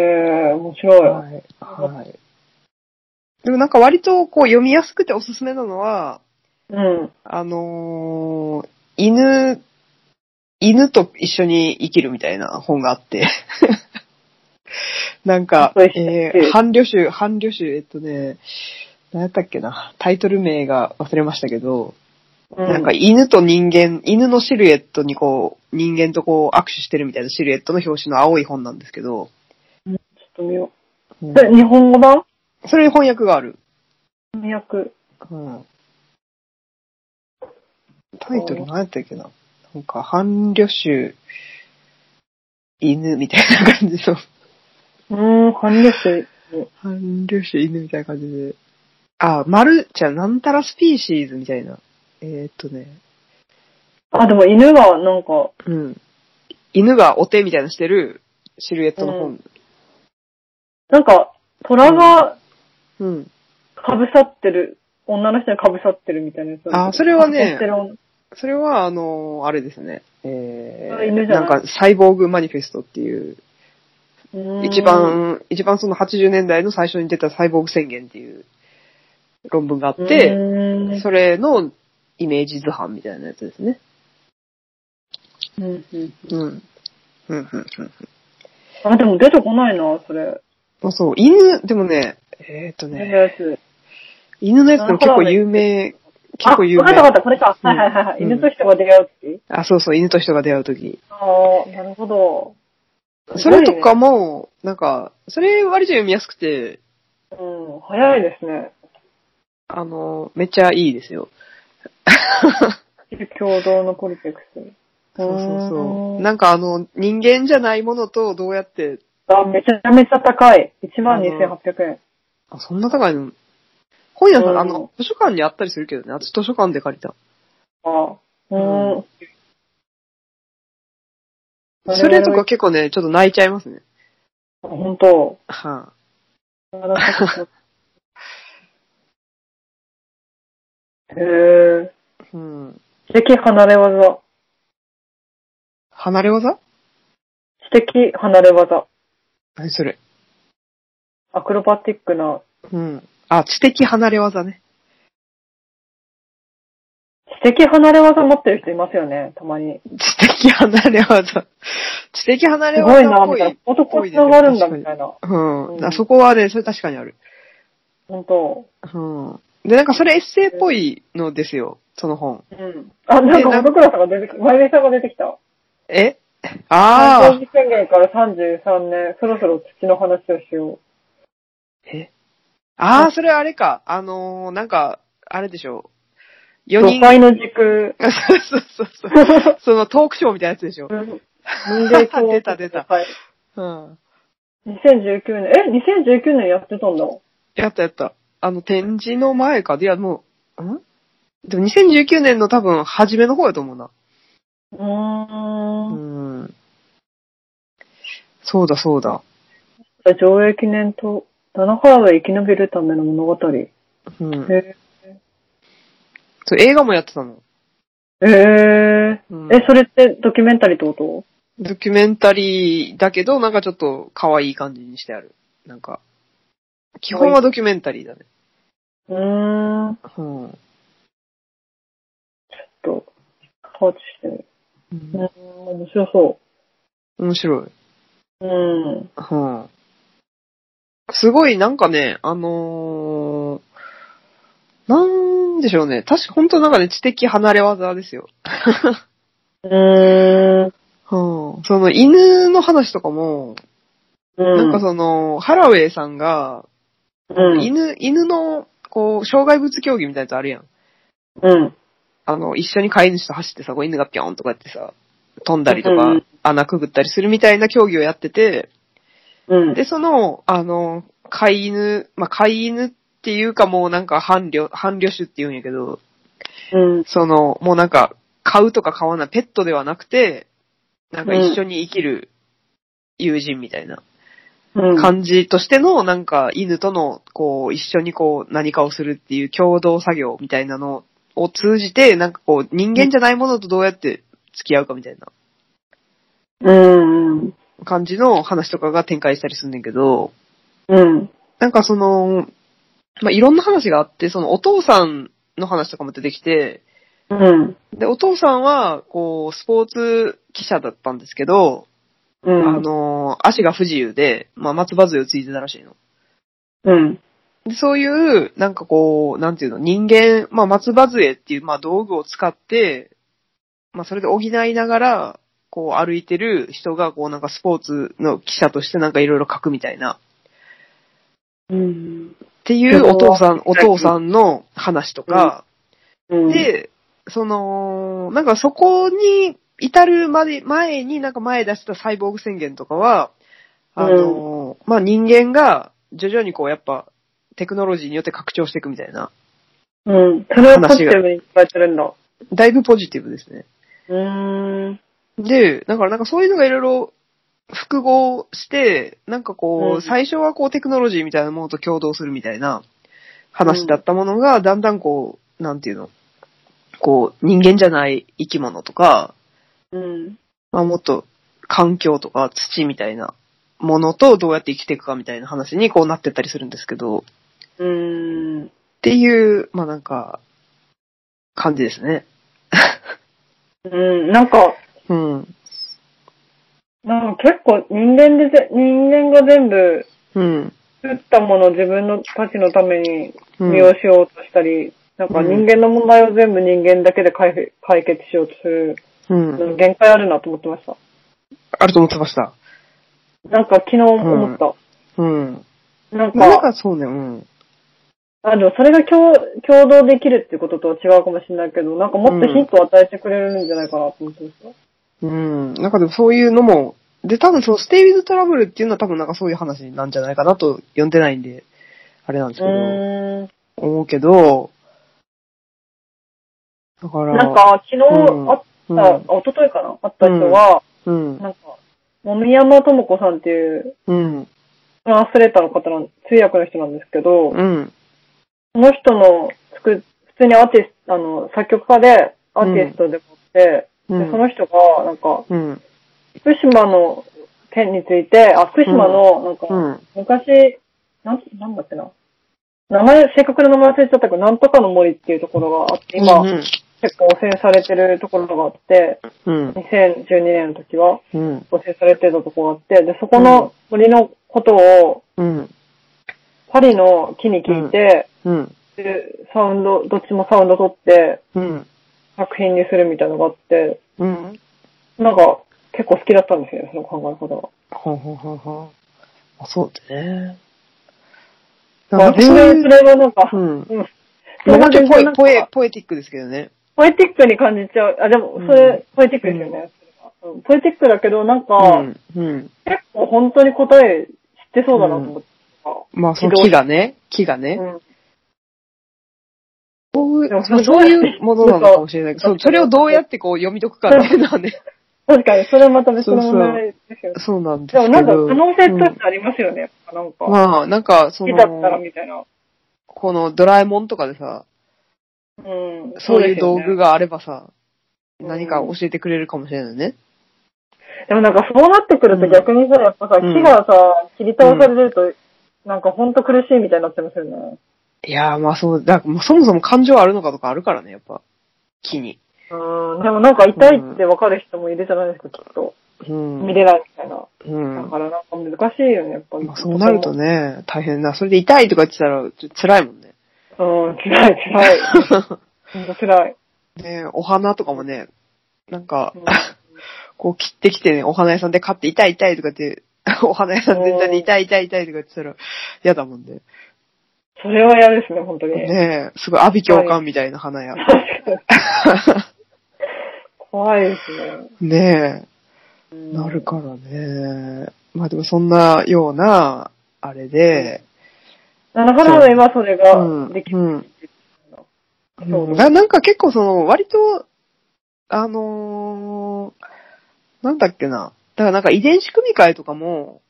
ー、面白い。はい。はい。でもなんか割とこう読みやすくておすすめなのは、うん。あのー犬、犬と一緒に生きるみたいな本があって。 なんか、そうですええー、え伴侶種、伴侶種、えっとね、何やったっけな、タイトル名が忘れましたけど、うんなんか犬と人間、犬のシルエットにこう、人間とこう握手してるみたいなシルエットの表紙の青い本なんですけど、ちょっと見ようんう。で、日本語版それに翻訳がある。翻訳。うん。タイトル何やったっけななんか、半旅種、犬みたいな感じの。うーん、半年生。半粒子犬みたいな感じで。あ、丸、じゃあなんたらスピーシーズみたいな。えー、っとね、あ、でも犬がなんか、うん。犬がお手みたいなのしてるシルエットの本。なんか、虎がうん。かぶさってる、女の人にかぶさってるみたいなやつあそれはねかぶさってるそれは、あのーあれですね。えあー、犬じゃななんいか、サイボーグマニフェストっていう、うーん一。番、一番その80年代の最初に出たサイボーグ宣言っていう論文があっうて、ーんそれのイメージ図版みたいなやつですね。うんうんうん。うん、うん、うん。うんあ、でも出てこないな、それ。あ、そう。犬、でもね、えーっと出たね、やつ。犬のやつでも結構有名、結構有あ、わかったわかっ名。た、これか。はいはいはいはい。うん犬と人が出会うって。あ、そうそう、犬と人が出会うとき。ああ、なるほど。それとかも、なんか、それ割と読みやすくて、うん、早いですね。あの、めっちゃいいですよ。 共同のポリテクス。そうそうそう。んなんかあの、人間じゃないものとどうやって、あ、めちゃめちゃ高い。12,800円。あ、そんな高いの本屋さ、うんんあの、図書館にあったりするけどね。私図書館で借りた。あうーん。それとか結構ね、ちょっと泣いちゃいますね。あ。本当。 はへえ。あ、うん。知的離れ技。離れ技知的離れ技。何それアクロバティックな、うん。あ、知的離れ技ね。知的離れ技持ってる人いますよね、たまに。知的離れ技。知的離れすごい技な、っぽみい。たいな。ぽ男いつでなすねがるんだ、みたいな。うん。うんあそこはね、それ確かにある。本当。うん。で、なんかそれエッセイっぽいのですよ、その本。うん。あ、なんか、本倉さんが出てき、まゆみさんが出てきた。え誕あ生日宣言から33年、そろそろ土の話をしよあ、ああ、それあれか。あのー、なんか、あれでしょう。う。 4土人。塊の 軸。そうそうそうそう。そのトークショーみたいなやつでしょ。人間共出た出たはい。うん。 2019年、え ?2019 年やってたんだ。やったやった。あの、展示の前か。いや、もう、んでも2019年の多分、初めの方やと思うな。うーん。うんそうだそうだ。上映記念と、七原で生き延びるための物語。へうん。えそう映画もやってたの。ー。えうんー、え、それってドキュメンタリーってこドキュメンタリーだけど、なんかちょっと可愛い感じにしてある。なんか、基本はドキュメンタリーだね。とうーん。ちうん。ょっと、パーチしてみる。うーん、面白そ面白い。う。うん。うん。すごい、なんかね、あのー、なんでしょうね。確か、本当なんかね、知的離れ技ですよ。うーん。うん。その犬の話とかも、うなんかその、ハラウェイさんが、うん。犬、犬の、こう、障害物競技みたいなやつあるやん。うん。あの、一緒に飼い主と走ってさ、こう犬がピョンとかやってさ、飛んだりとうんうかん、穴くぐったりするみたいな競技をやってて、うん。で、その、あの、飼い犬、まあ、飼い犬っていうかもうなんか伴侶、伴侶種って言うんやけど、うん。その、もうなんか、飼うとか飼わない、ペットではなくて、なんか一緒に生きる友人みたいな。うん。感じとしての、なんか、犬との、こう、一緒にこう、何かをするっていう共同作業みたいなのを通じて、なんかこう、人間じゃないものとどうやって付き合うかみたいなうん。感じの話とかが展開したりすんねんけど、うん。なんかその、まあ、いろんな話があって、そのお父さんの話とかも出てきて、うん。で、お父さんは、こう、スポーツ記者だったんですけど、うん。あの、足が不自由で、まあ、松葉杖をついてたらしいの。うん。でそういう、なんかこう、なんていうの、人間、まあ、松葉杖っていう、まあ、道具を使って、まあ、それで補いながら、こう、歩いてる人が、こう、なんかスポーツの記者としてなんかいろいろ書くみたいな、うん。っていうお父さん、お父さんの話とか、うん、で、その、なんかそこに至るまで、前になんか前出したサイボーグ宣言とかは、あの、まあ、人間が徐々にこうやっぱテクノロジーによって拡張していくみたいな、うん。それをポジティブに伝えてるんだ。だいぶポジティブですね。うーん。で、だからなんかそういうのがいろいろ複合して、なんかこう、うん最初はこうテクノロジーみたいなものと共同するみたいな話だったものが、だんだんこう、なんていうの、こう、人間じゃない生き物とか、うん。まあ、もっと環境とか土みたいなものとどうやって生きていくかみたいな話にこうなってったりするんですけど、っうーん。ていう、まあなんか、感じですね。うん。なんか、うん。なんか結構人間でぜ、人間が全部うん。作ったものを自分のたちのためにうん利用しようとしたり、なんかうん人間の問題を全部人間だけで解決解決しようとする、うん。限界あるなと思ってました。あると思ってました。なんか昨日思った。うん。なんまあなんか、かそうね、うん。あ、でもそれが共共同できるってこととは違うかもしれないけど、なんかもっとヒントを与えてくれるんじゃないかなと思ってました。うん。なんかでもそういうのも、で、多分そのステイウィズトラブルっていうのは多分なんかそういう話なんじゃないかなと読んでないんで、あれなんですけど、うーん。思うけど、だから、なんか昨うん日あっうた、あん、一昨日かなあった人は、うん、なんか、もみやまともこさんっていううん、トランスレーターの方なん、通訳の人なんですけど、うん、その人の作る、普通にアーティスト、あの、作曲家で、アーティストでもって、うでそん、の人が、なんか、うん、福島の件について、あ、福島の、なんか、うん、昔、なん、なんだっけな。名前、正確な名前忘れちゃったけど、なんとかの森っていうところがあって、今、うん、結構汚染されてるところがあって、うん、 2012年の時はうん、汚染されてたところがあって、で、そこの森のことを、うん、パリの木に聞いて、うん、で、サウンド、どっちもサウンド撮って、うん、作品にするみたいなのがあって、うん、なんか、結構好きだったんですよね、その考え方が。ほんほんほんほん。あそうだね。まあ、なんか全そうい然うそれはなんか、うん。それなはんか全ポ然エなんかポエ、ポエティックですけどね。ポエティックに感じちゃう。あ、でも、それ、ポエティックですよね。うんポエティックだけど、なんか、うん。うん。結構本当に答え知ってそうだなと思って。まあ、その木がね、木がね。うんそういでもう、それそういうものなのかもしれないけど、そそううそれをどうやってこう読み解くかっていうのはね、確かに、それはまた別の問題ですよね。そうなんですでけもなど。んか、可能性としてありますよね、やっぱなんうんか。まあ、なんか、そ好きだったらの、みたいな。このドラえもんとかでさ、うん。そういでうすよ道ね具があればさ、うん何か教えてくれるかもしれないよね。でもなんかそうなってくると逆にさ、やっぱさ、うん木がさ、切り倒されると、なんかほんと苦しいみたいになってますよね。いやー、まあそう、だからもうそもそも感情あるのかとかあるからね、やっぱ。木に。うん。でもなんか痛いってわかる人もいるじゃないですか、きっと。うん。見れないみたいな。うんだ。からなんか難しいよね、やっぱり。まあそうなるとね、大変な。それで痛いとか言ってたら、ちょっと辛いもんね。うん、辛い辛い。ほんと辛い。 ねお花とかもね、なんか、うん こう切ってきてね、お花屋さんで買って痛い痛いとかって、 お花屋さん全体で痛い痛い痛いとか言ってたら嫌だもんね。それは嫌ですね、本当に。ねえ、すごい阿鼻教官みたいな 花屋。怖いですね。ねうえ、んなる。からね。まあでもそんなような、あれで、なかなか今それうがん。できうる。んそううんななんか結構その、割と、あのーなんだっけな。だからなんか遺伝子組み換えとかも、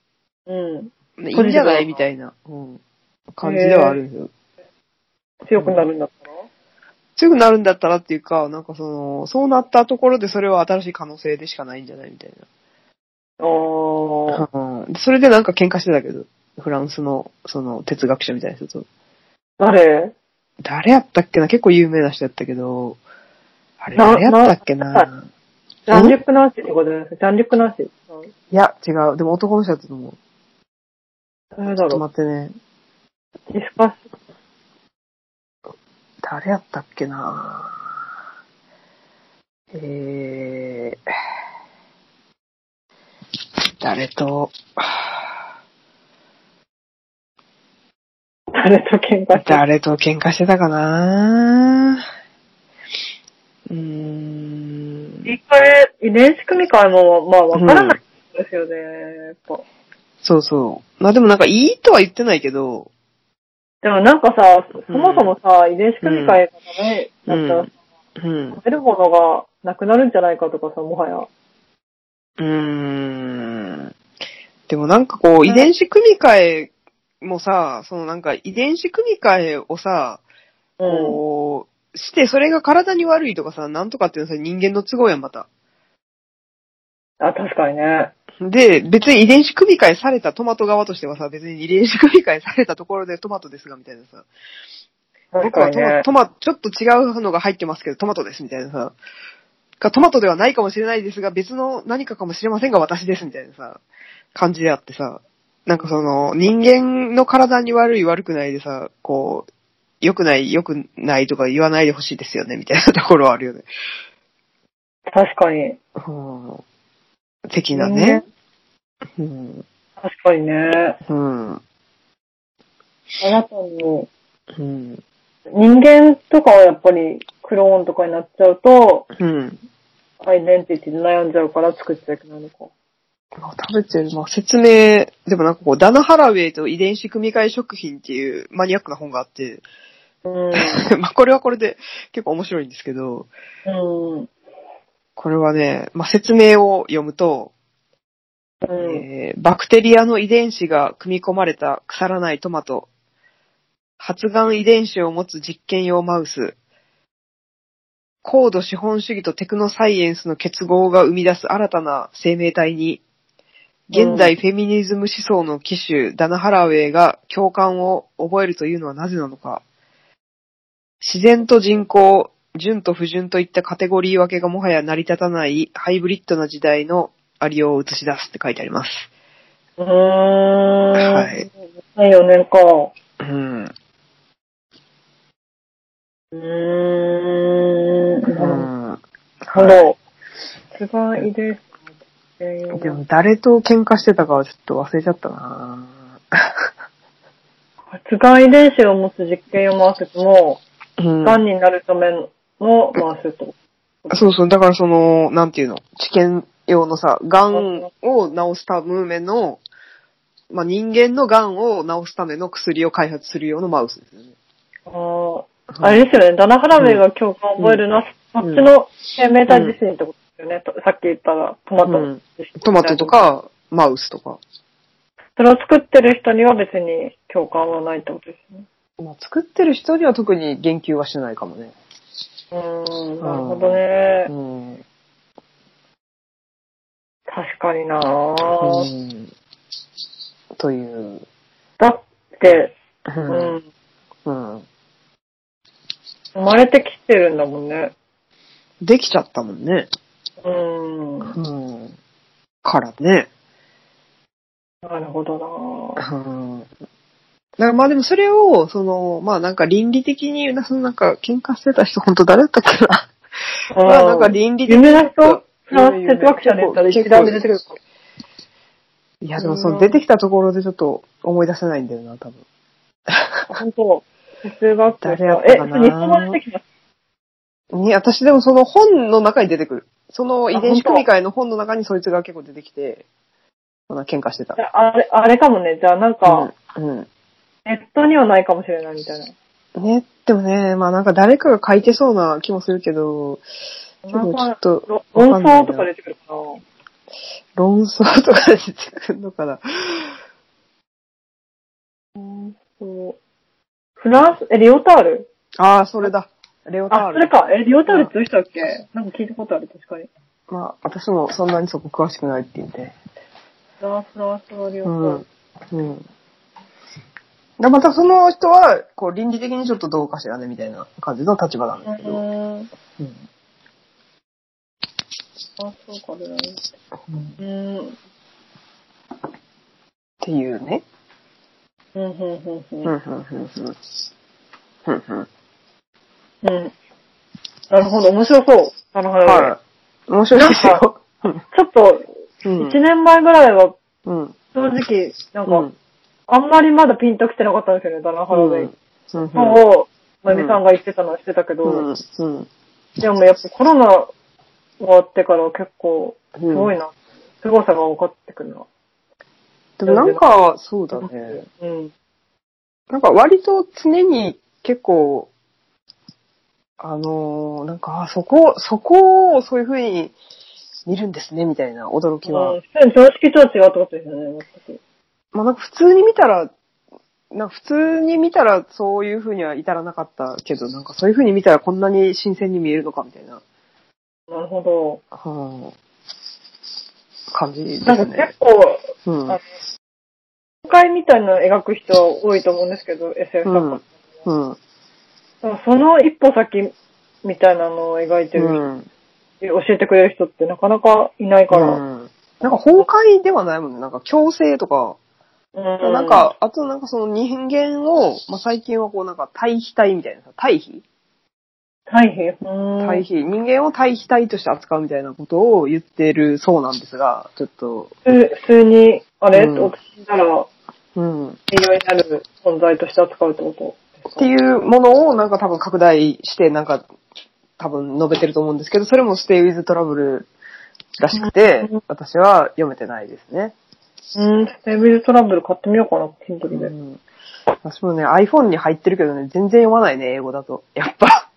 うん。いいんじゃないポジティブだなみたいな、うん、感じではあるんですよ。強くなるんだったら。強くなるんだったらっていうか、なんかその、そうなったところでそれは新しい可能性でしかないんじゃないみたいああ。な。うんそれでなんか喧嘩してたけど、フランスの、その、哲学者みたいな人と。誰誰やったっけな結構有名な人やったけど、あれ、な誰やったっけななジャンリュック・ナンシーってことじゃないですか。ジャンリュック・ナンシー。いや、違う。でも男の人やったと思う。誰ちだょっとろ待ってね。ディスカッシ誰やったっけなえー、誰と、ョン、誰と喧嘩した誰と喧嘩してたかなうーん。一回、遺伝子組み換えも、まあ、わからないですよね、やっぱ。そうそう。まあでもなんかいいとは言ってないけど、でもなんかさ、うそんもそもさ、遺伝子組み換えがダメだったら、うん。食べるものがなくなるんじゃないかとかさ、もはや。うーん。でもなんかこう、遺伝子組み換えもさ、そのなんか遺伝子組み換えをさ、うん。こう、してそれが体に悪いとかさ、なんとかっていうのはさ、人間の都合やん、また。あ、確かにね。で、別に遺伝子組み換えされたトマト側としてはさ、別に遺伝子組み換えされたところでトマトですが、みたいなさ。確僕かはにトマね。トマト、ちょっと違うのが入ってますけど、トマトです、みたいなさ。かトマトではないかもしれないですが、別の何かかもしれませんが、私です、みたいなさ、感じであってさ。なんかその、人間の体に悪い悪くないでさ、こう、良くない、良くないとか言わないでほしいですよね、みたいなところはあるよね。確かに。うん。的なね。うん。確かにね。うん。あなたも、うん。人間とかはやっぱりクローンとかになっちゃうと、うん。アイデンティティで悩んじゃうから作っちゃいけないのか。まあ食べてる、まあ説明、でもなんかこう、ダナハラウェイと遺伝子組み換え食品っていうマニアックな本があって、 うん。まあこれはこれで結構面白いんですけど、うん。これはね、まあ説明を読むと、うん。えーバクテリアの遺伝子が組み込まれた腐らないトマト、発がん遺伝子を持つ実験用マウス、高度資本主義とテクノサイエンスの結合が生み出す新たな生命体に、現代フェミニズム思想の機種、ダナ・ハラウェイが共感を覚えるというのはなぜなのか。自然と人口、純と不純といったカテゴリー分けがもはや成り立たないハイブリッドな時代のありようを映し出すって書いてあります。うーん。はい。 4年か。うん。うーん。う。なんるほど。一番遺伝子の原で因はも誰と喧嘩してたかはちょっと忘れちゃったな発がん遺伝子を持つ実験を回すとも、うん。癌になるための回すと。そうそう、だからその、なんていうの、治験用のさ、癌を治すための、まあ、人間の癌を治すための薬を開発する用のマウスですよね。あああれですよね、ダナハラメが共感を覚えるのは、そっうんちの生命体自身ってことですよね。とさっき言ったトマト、うんトマトと。か、マウスとか。それを作ってる人には別に共感はないってことですね。まあ、作ってる人には特に言及はしてないかもね。うーん、なるほどねう。ん。確かになうぁ。んという。だって、う。うんん、うん。生まれてきてるんだもんね。できちゃったもんね。うん、なうん。からね。るほどなぁ。うん。だからまあでもそれを、その、まあなんか倫理的に、そのなんか喧嘩してた人本当誰だったっけな。 まあなんか倫理的有に。名な人フランス哲学者で言ったら一段目出てくる。いやでもその出てきたところでちょっと思い出せないんだよな、多分。本当。哲学者。誰やったかなえ、日本語出てきます。ね、私でもその本の中に出てくる。その遺伝子組み換えの本の中にそいつが結構出てきて、そんな喧嘩してたじ。ゃああれ、あれかもね。じゃあなんか、うん。うんネットにはないかもしれないみたいな。ね、でもね、まあなんか誰かが書いてそうな気もするけど、でなもんちょっか、と、ろわか論んないな争とか出てくるかな。論争とか出てくるのかな。そう。フランス、え、リオタールああ、それだ。レオタあ、ーそれル。か。え、リオタールってどうしたっけなんか聞いたことある、確かに。まあ、私もそんなにそこ詳しくないって言って。フランス、フランスのリオタうーんル。。うん。でまたその人は、こう、倫理的にちょっとどうかしらね、みたいな感じの立場なんですけうど。ん。あ、うんそうか、ね。うんっうん。ていうね。ううん、うん、うん、うん、ううんん、うん、うん。うん。なるほど、面白そう。なるほど。はい。面白いですよ。ちょっと、うん1年前ぐらいは、うん。正直、なんか、うんあんまりまだピンときてなかったんですよね、ダナハロウェイ。うんうんのを、まゆみさんが言ってたのはしてたけど、うんうんでもやっぱコロナ終わってから結構、すごいな、凄さが分かってくるな。でもなんか、そうだね。うん。なんか割と常に結構、あのーなんか、あそこ、そこをそういう風に見るんですね、みたいな驚きは。うん普通に常識とは違うってことですよね、全くまあなんか普通に見たら、なんか普通に見たらそういう風には至らなかったけど、なんかそういう風に見たらこんなに新鮮に見えるのか、みたいな、なるほど。うん感じでなんすかね結。構、うん。あ都会みたいなのを描く人は多いと思うんですけど、SF う作家ん。うん。でもその一歩先みたいなのを描いてうる人、ん。教えてくれる人ってなかなかいないから。うんうんなんか崩壊ではないもんね。なんか強制とか、なん、か、あとなんかその人間を、まあ、最近はこうなんか対比体みたいなさ、対比対比うーん対比、人間を対比体として扱うみたいなことを言ってるそうなんですが、ちょっと、普普通に、あれ、うん落ちたら、うん。っ栄養になる存在として扱うってことていうものをなんか多分拡大して、なんか多分述べてると思うんですけど、それもステイウィズトラブルらしくてうん、私は読めてないですね。うーん、ステーブルトラブル買ってみようかな、ヒントで。うん私もね、iPhone に入ってるけどね、全然読まないね、英語だと。やっぱ。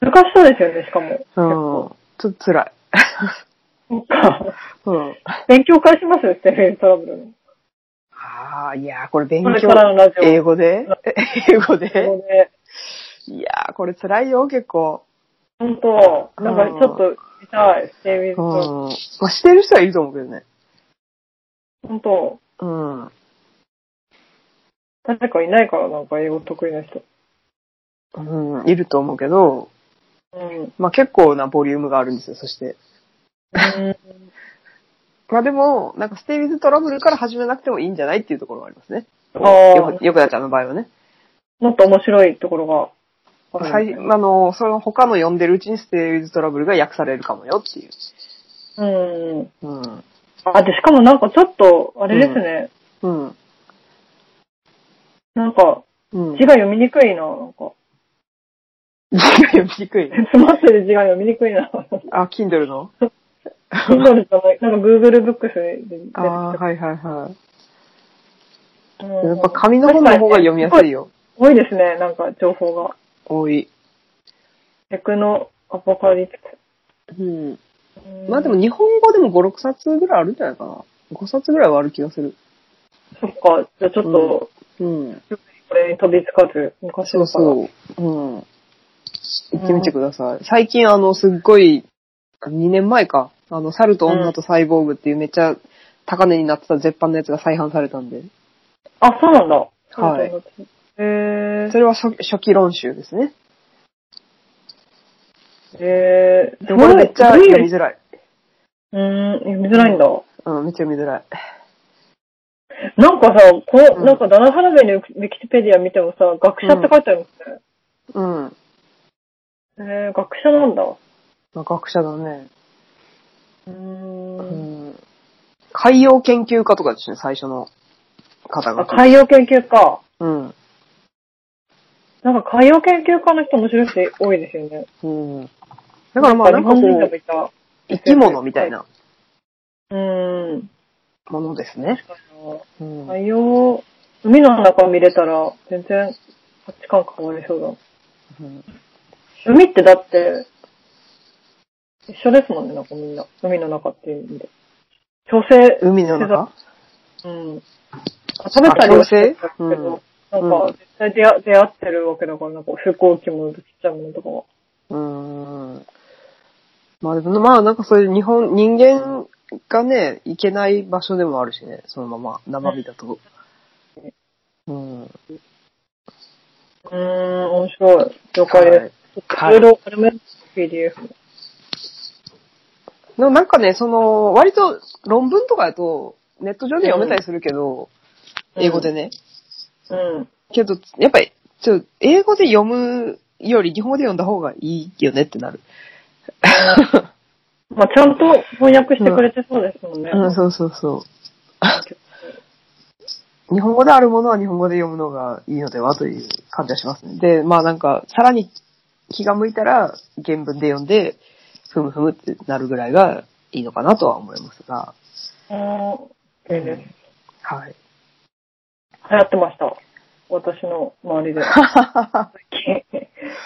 難しそうですよね、しかも。結うん。ち構ょっと辛い。 そっか。うん。 勉強会しますよ、ステーブルトラブルの。ああ、いやー、これ勉これ強か。らのラジオ。英語で英語で語で。いやー、これ辛いよ、結構。本当なんかちょっと見たい、ステーブルうん。トラブル。まあ、してる人はいると思うけどね。本当うん。誰かいないから、なんか英語得意な人。うん、いると思うけど、うん。 うまあ結構なボリュームがあるんですよ、そして。ーんまあでも、なんかステイウィズトラブルから始めなくてもいいんじゃないっていうところはありますね。あーよく、よくだちゃんの場合はね。もっと面白いところが。最あの、その他の読んでるうちにステイウィズトラブルが訳されるかもよっていう。うん。うん。あ、で、しかもなんかちょっと、あれですね。うん。なんか、うん。字が読みにくいな、なんか。字が 読みにくい。詰まってる字が読みにくい な。あ、Kindle の Kindle じゃない、なんか Google Books で出てきあた。あー、はいはいはい。うんやっぱ紙の本の方が読みやすいよ。多いですね、なんか情報が。多い。テクノアポカリプうん。ス。うんまあでも、日本語でも5、6冊ぐらいあるんじゃないかな。5冊ぐらいはある気がする。そっか、じゃあちょっと、うん。これに飛びつかず、昔そうのから。そう。うん。行ってみてください。最近あの、すっごい、2年前か。あの、猿と女とサイボーグっていうめっちゃ高値になってた絶版のやつが再販されたんで。あ、そうなんだ。はいへえそれは初初期論集ですね。ー。へえー。でもこれめっちゃすごい読みづらい。うん、読みづらいんだ。うん、めっちゃ読みづらい。なんかさ、こうう、んなんか、ダナハラベのウィキペディア見てもさ、学者って書いてあるんですね。うん。まえー、学者なんだ。うあ、学者だね。ー。うんん。海洋研究家とかですね、最初の方あ、が。海洋研究か。うん。なんか、海洋研究家の人面白い人多いですよね。うん。だからまあ、なんかこ日本人でうも、いた。生き物みたいなうーん。ものですね。うあんの。海洋、海の中見れたら、全然価値観変わりそうだな。うん海ってだって、一緒ですもんね、なんかみんな。海の中っていう意味で。調整、海の中うん。食べたりはしてたけあ強ど、なんか絶対出会出会ってるわけだから、なんか飛行機もちっちゃいものとかは。うん。まあでも、まあなんかそういう日本、人間がね、行けない場所でもあるしね、そのまま、生身だと。うん。うーん、面白い。了解です。はいいろいろ、あれもやる PDF。でもなんかね、その、割と論文とかやと、ネット上で読めたりするけど、うん英語でね。うん。けど、やっぱり、ちょっと英語で読むより日本語で読んだ方がいいよねってなる。まあ、ちゃんと翻訳してくれてそうですもんね。うん、そうそうそう。日本語であるものは日本語で読むのがいいのではという感じはしますね。で、まあなんか、さらに気が向いたら原文で読んで、ふむふむってなるぐらいがいいのかなとは思いますが。うん。OK です。はい。 流行ってました。私の周りで。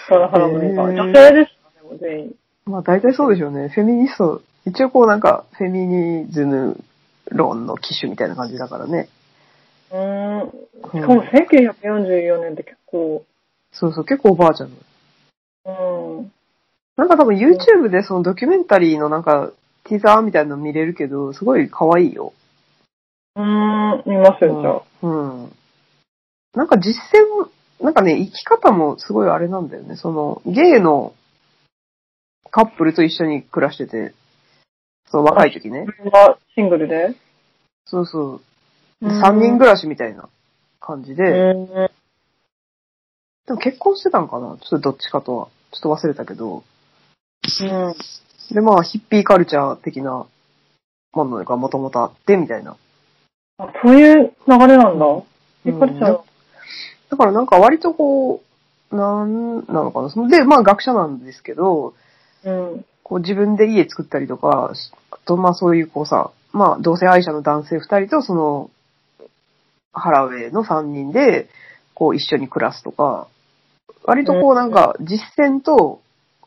その花の映画。へー女性です。でも全員。まあ大体そうでしょうね。フェミニスト、一応こうなんか、フェミニズム論の機種みたいな感じだからね。うーん。しかも1944年って結構、そうそう、結構おばあちゃんの。うん。なんか多分 YouTube でそのドキュメンタリーのなんか、ティザーみたいなの見れるけど、すごい可愛いよ。うーん、見ますよ、じゃあ。うん。うんなんか実践も、なんかね、生き方もすごいあれなんだよね。その、ゲイのカップルと一緒に暮らしてて、その若い時ね。自分はシングルでそうそう。3人ぐ暮らしみたいな感じで、らい。うんでも結婚してたんかなちょっとどっちかとは。ちょっと忘れたけど。うん。で、まあ、ヒッピーカルチャー的なものがもともとあって、みたいな。あ、そういう流れなんだ。ゆっかりちゃうんん。だからなんか割とこう、なんなのかなそので、まあ学者なんですけど、うん。こう自分で家作ったりとか、あとまあそういうこうさ、まあ同性愛者の男性二人とその、ハラウェイの三人で、こう一緒に暮らすとか、割とこうなんか実践と、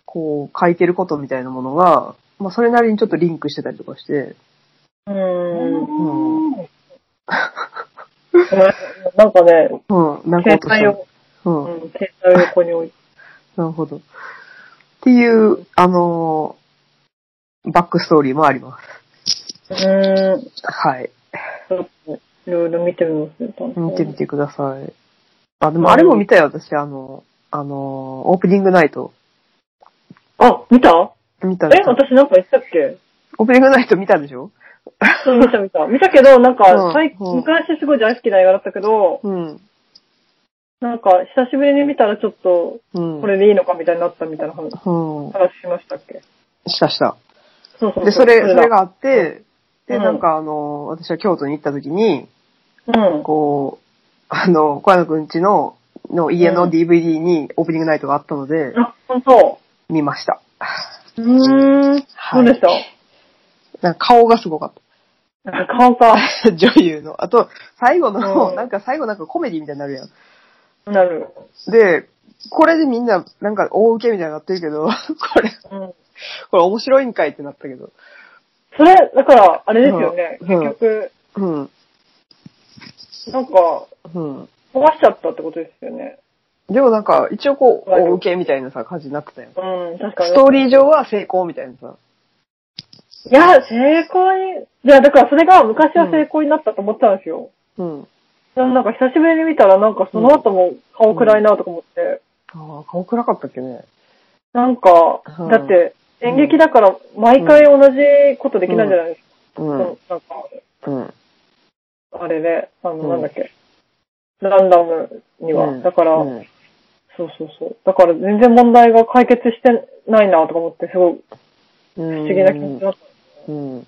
こう書いてることみたいなものが、まあそれなりにちょっとリンクしてたりとかして、うん。なんかね、うん、なんか携落とし帯た。を、うんう。ん、携帯を横に置いて。なるほど。っていう、あのーバックストーリーもあります。うん。はい。ちょっと、いろいろ見てみますね。見てみてください。あ、でもあれも見たよ、私。あの、あのーオープニングナイト。あ、見た見たえ、見た私なんか言ったっけオープニングナイト見たでしょそう、見た見た。見たけど、なんうかん、最うん昔すごい大好きな映画だったけど、うん。なんか、久しぶりに見たらちょっと、うん。これでいいのかみたいになったみたいな話うん。話しましたっけしたした。そうそうう。で、それ、だそれがあって、うで、んなんかあのー私は京都に行った時に、うん。こう、あの、小山くんちの、の家の DVD にオープニングナイトがあったので、あ、本当。見ました。うーん。はどうでした、なんか顔がすごかった。なんか顔か。 女優の。あと、最後の、うん なんか最後なんかコメディみたいになるやん。なる。で、これでみんな、なんか大受けみたいになってるけど、 これ、うん。これ面白いんかいってなったけど。それ、だから、あれですよね。うん結局、うん。なんか、うん。壊しちゃったってことですよね。でもなんか、一応こう、はい大受けみたいなさ、感じになってたよ。うん、確かに。ストーリー上は成功みたいなさ。いや、成功に、いや、だからそれが昔は成功になったと思ってたんですよ。うん。でもなんか久しぶりに見たらなんかその後も顔暗いなとか思って、ああ、顔暗かったっけね。なんかうん、だって演劇だから毎回同じことできないじゃないですうか。ん。うん。なんか、うん。あれで、あの、うんなんだっけ、ランダムには。だから、うんそうそうそう。だから全然問題が解決してないなとか思って、すごい不不思思議な気持ちだっうん。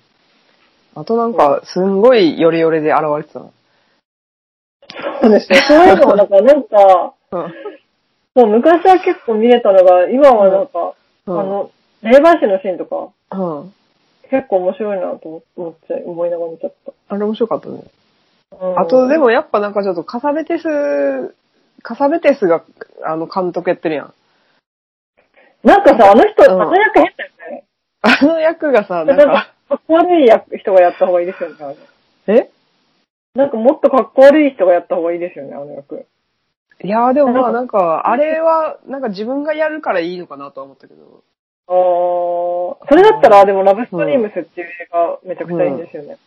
あとなんか、すんごいヨレヨレで現れてたの。た。そうですね。そういうのもなんか、なんか、うん。そう、昔は結構見れたのが、今はなんか、うんあの、霊媒師のシーンとか、うん。結構面白いなと思って、思いながら見ちゃった。あれ面白かったね。うんあとで、もやっぱなんかちょっとカサベテス、カサベテスがあの監督やってるやん。なんかさ、あの人、活うん躍変だよね。あの役がさ、な なんんかかか、、っこ悪い役人がやった方がいいですよね、あれえなんかもっとかっこ悪い人がやった方がいいですよね、あの役。いやーでもまあなんか、あれはなんか自分がやるからいいのかなとは思ったけど。あーそれだったら、でも、ラブストリームスっていう映画、めちゃくちゃいいんですよね。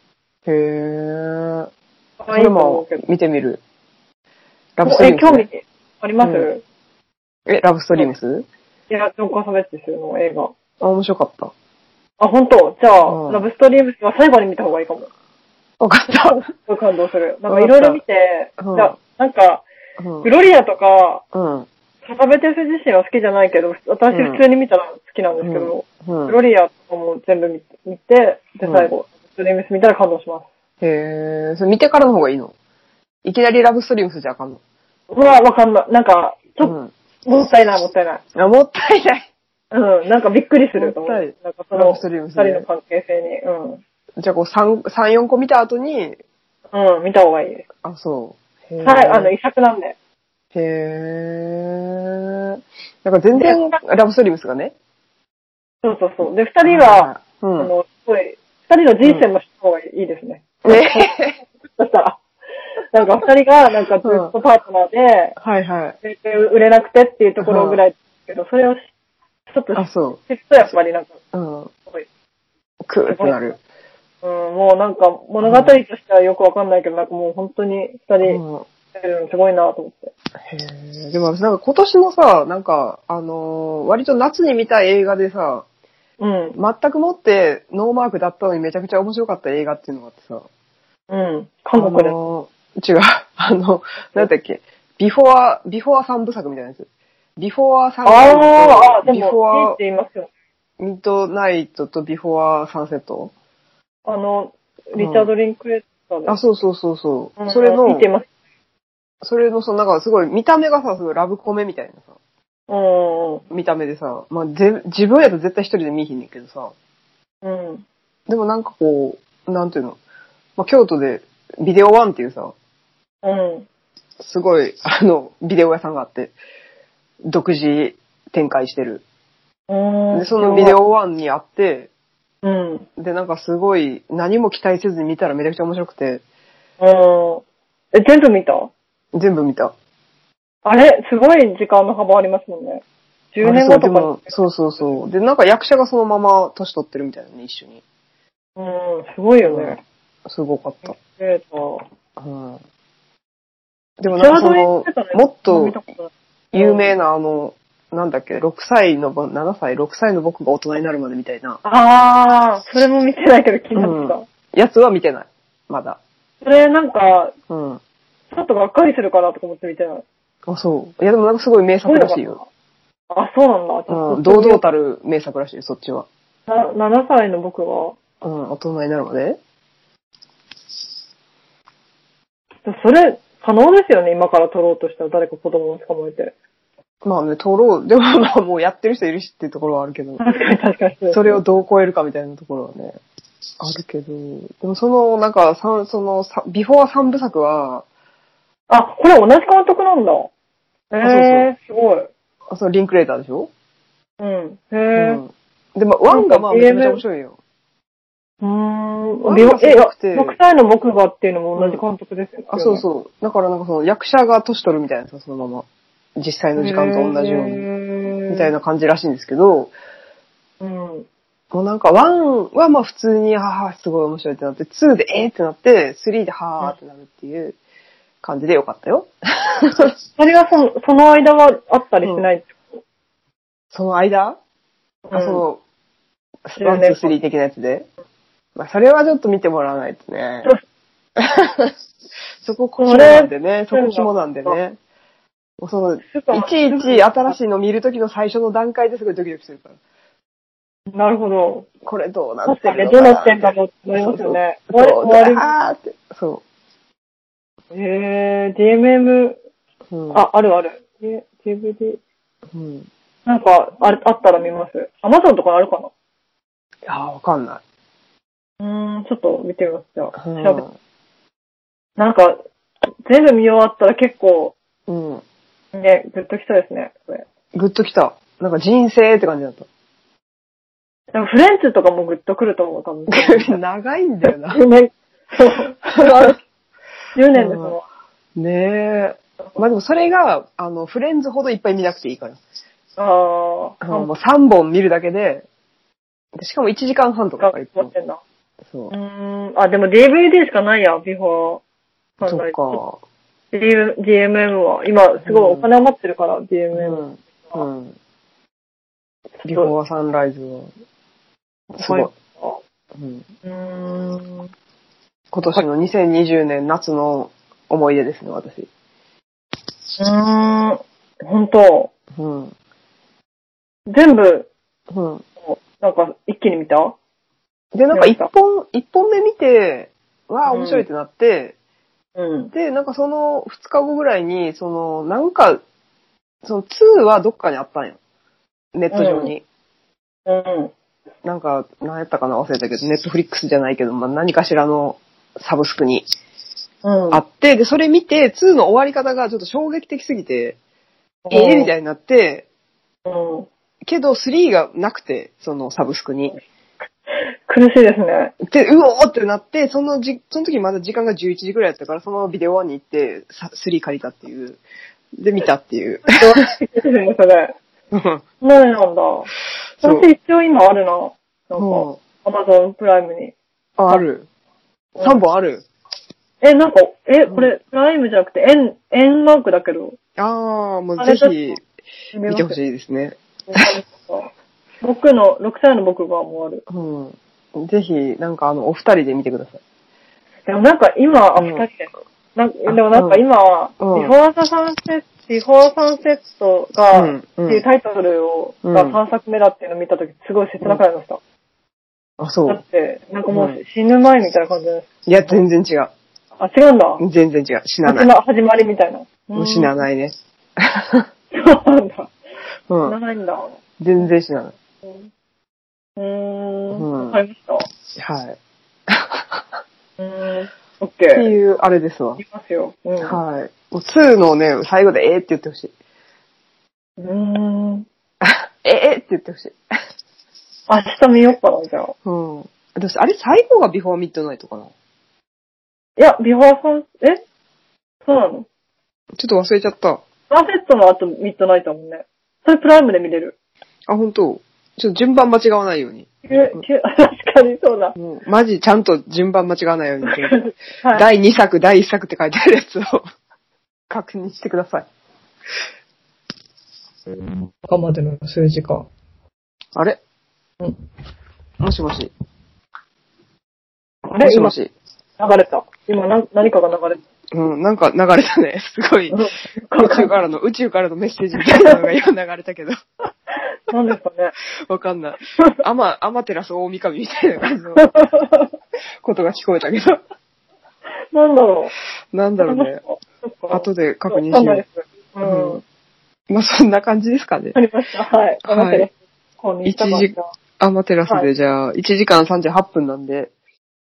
へー。可そ愛いれと思うもけど。見てみる。ラブストリーえ、ムス興味あります、うんえ、ラブストリームスいや、ジョン・カサベッチスの映画。あ、面白かった。あ、本当じゃあ、うんラブストリームスは最後に見た方がいいかも。わかった。すごい感動する。なんかいろいろ見て、うんじゃあなんか、うんグロリアとか、うん。ササベテス自身は好きじゃないけど、私うん普通に見たら好きなんですけど、うんグロリアとかも全部見見て、で、うん最後、ストリームス見たら感動します。へえ、それ見てからの方がいいのいきなりラブストーリーをすじゃあかんの。うわ、わかんない。なんか、ちょっと、うんもったいない、もったいない。あ、もったいない。うん、なんかびっくりすると思。もったいうなんかそラの、ブストーリー二娘人の関係性に。じゃあこう3、三4個見た後に、うん。うん、見た方がいいです。あ、そう。へーはい、あの、遺作なんで。へえ。なんか全然、ラブストーリームスがね。そうそうそう。で、二人は、うあん。の、すごい、二人の人生も知った方がいいですね。ね。そしたら、 なんか二人が、なんかずっとパートナーで、 はいはい。全然売れなくてっていうところぐらいですけど、それをしちょっとあ、そ知るとやっぱりなんか、う。うん。すごい、クーってなる。うん、もうなんか物語としてはよくわかんないけど、なんかもう本当に二う人ん出てるのすごいなと思って。へーでも私なんか今年のさ、なんか、あのー割と夏に見た映画でさ、うん。全くもってノーマークだったのにめちゃくちゃ面白かった映画っていうのがあってさ、うん。あ韓国です。のー違う、 あの、なんだっけ、ビフォア、ビフォア三部作みたいなやつ。ビフォアサンあライズあ、あと、でビフも、いいォって言いますよ。アミッドナイトとビフォアサンセット。あの、リチャード・リンクレッターで。あ、そうそうそうそう。うんそれいいっのて、言います。それの、そのなんかすごい見た目がさ、すごいラブコメみたいなさ、うん見た目でさ、まあ、ぜ自分やと絶対一人で見ひんねんけどさ、うん。うん。でもなんかこう、なんていうの、まあ、京都でビデオワンっていうさ、うん。すごい、あの、ビデオ屋さんがあって、独自展開してる。うん。で、そのビデオワンにあって、うん。うん。で、なんかすごい、何も期待せずに見たらめちゃくちゃ面白くて、え、全部見た全部見た。あれすごい時間の幅ありますもんね。10年後とかあ。れそうでもそうそうそう。で、なんか役者がそのまま年取ってるみたいなね、一緒に。うん、すごいよね。すごかった。えっと、うん。でもなんかその、もっと、有名なあの、なんだっけ、6歳のぼ、7歳、6歳の僕が大人になるまでみたいなああ、それも見てないけど気になってた。うんやつは見てない。まだ。それなんか、うん。あ、ちょっとがっかりするかなとか思って見てない。そう。いやでもなんかすごい名作らしいよ。あ、そうなんだ。ちょっとうん。堂々たる名作らしいよ、そっちは。な7歳の僕が、ちょうん、大人になるまで。っとそれ、可能ですよね、今から撮ろうとしたら誰か子供を捕まえて。まあね、撮ろう。でもまあもうやってる人いるしっていうところはある けど、確かに確かに。それを、どう超えるかみたいなところはね、あるけど、でもその、なんか、さその、さビフォー三部作は、あ、これ同じ監督なんだ。へえー、すごい。あそのリンクレーターでしょうん。うへえ。ん。で、まあ、ワンがまあめちゃめちゃ面白いよ。うー。なんん美容かすえ、ごくて6歳の僕がっていうのも同じ監督ですよね。あ、そうそう。だからなんかその役者が年取るみたいなさ、そのまま。実際の時間と同じように。にみたい。な感じらしいんですけど、うん。もうなんかワンはまあ普通に、はあ、すごい面白いってなって、ツーでえーってなって、スリーではあってなるっていう感じでよかったよ。それがその、その間はあったりしない。その間、うんあ、そそうの、ワン、ツー、スリー的なやつで。まあそれはちょっと見てもらわないとね。 そこ肝なんでね、そそれこ肝なんでね。もうその、スーパーいちいち新しいの見るときの最初の段階ですごいドキドキするから。なるほど。これどうなっ確てかにね、るどうのかななってんだろうってなりますよね。そう終わり、終わあーって。そり。へえ、DMM、う。うん、あ、あるある。え DVD。うん。いなんか、あれ、あったら見ます。アマゾンとかあるかやーわかんない。なうーん、ちょっと見てみます。じゃあ、う調べて。なんか、全部見終わったら結構、ん。うん。ね、ずっと来そうですね、これ。グッときた。なんか人生って感じだった。でもフレンツとかもグッとくると思う、多分。 長いんだよな。 10年、そう。10年ですも ねえ。まあでもそれが、あの、フレンズほどいっぱい見なくていいから。ん。ああ、もう3本見るだけで、でしかも1時間半とか頑かか張ってんだ。そうう。ーん。あ、でも DVD しかないや、ビフォー。そっか。 D- DMM は。今、すごいお金余ってるから、DMM。うん。うん。ビフォーサンライズは。すごい。うん。うーん。今年の2020年夏の思い出ですね、私。うーん。本当うん。全部、うん。なんか、一気に見たで、なん見まかし一た本、一本目見て、わあ、面白いってなって、うん。で、なんかその2日後ぐらいに、その、なんか、その2はどっかにあったんよ。ネット上に。うん。なんか、何やったかな忘れたけど、ネットフリックスじゃないけど、まあ、何かしらのサブスクにうん。あって、で、それ見て、2の終わり方がちょっと衝撃的すぎて、うんええみたいになって、うん。けど3がなくて、そのサブスクに。苦しいですね。で、うおーってなって、そのじ、その時まだ時間が11時ぐらいだったから、そのままビデオワンに行って、さ3借りたっていう。で、見たっていう。苦しいですね、それ。うん何なんだ。そう私一応今あるな。なんか、もアマゾンプライムに。う、あある。3本ある。え、なんか、え、これ、プライムじゃなくて、円、円マークだけど。ああ、もあうれぜちょっとひ見てほしいですね。 僕の、6歳の僕がもうある。うん。ぜひ、なんかあの、お二人で見てください。でもなんか今、あ、うん二人で。なんでもなんか今、うんビフォーザサンセット、ビフォーサンセットが、うんうんっていうタイトルを、うんが3作目だっていうのを見たとき、すごい切なくなりました。あ、そだうっ。て、なんかもうんう死ぬ前みたいな感じです。いや、全然違う。あ、違うんだ。全然違う。死なな始い。ま始まりみたいな。もう死なない。ないね。そうなんだ。う。死なんないんだ。全然死なない。うーん。うんわかりました。はい。うーん。オッってケー。いう、あれですわい。きますよ。うん。うはい。もう2のね、最後でえーって言ってほしい。ーん。 ええーって言ってほしい。明日見よっかな、じゃあ。うん。私、あれ最後がビフォーミッドナイトかな。いや、ビフォーサン、えそうなのちょっと忘れちゃった。サンセットの後ミッドナイトだもんね。それプライムで見れる。あ、本当。ちょっと順番間違わないように。きゅきゅ 確かにそうだ。もうマジちゃんと順番間違わないように。 はい。第2作、第1作って書いてあるやつを確認してください。中までの数字か。あれうんもしもし。あもれし今も流し。れた。今な何かが流れた。うん、なんか流れたね。 すごい。うん宇宙からの、宇宙からのメッセージみたいなのが今流れたけど。何ですかね。 わかんない。アマ、アマテラス大神みたいな感じのことが聞こえたけど。なんだろなんう。だろ うね。そっか。後で確認わかしんないよです。うう。ん。うわん。まあ、そんな感じですかねか。りました。はい。はいわかりましたこうにしたかった一時アマテラスでじゃあ、1時間38分なんで、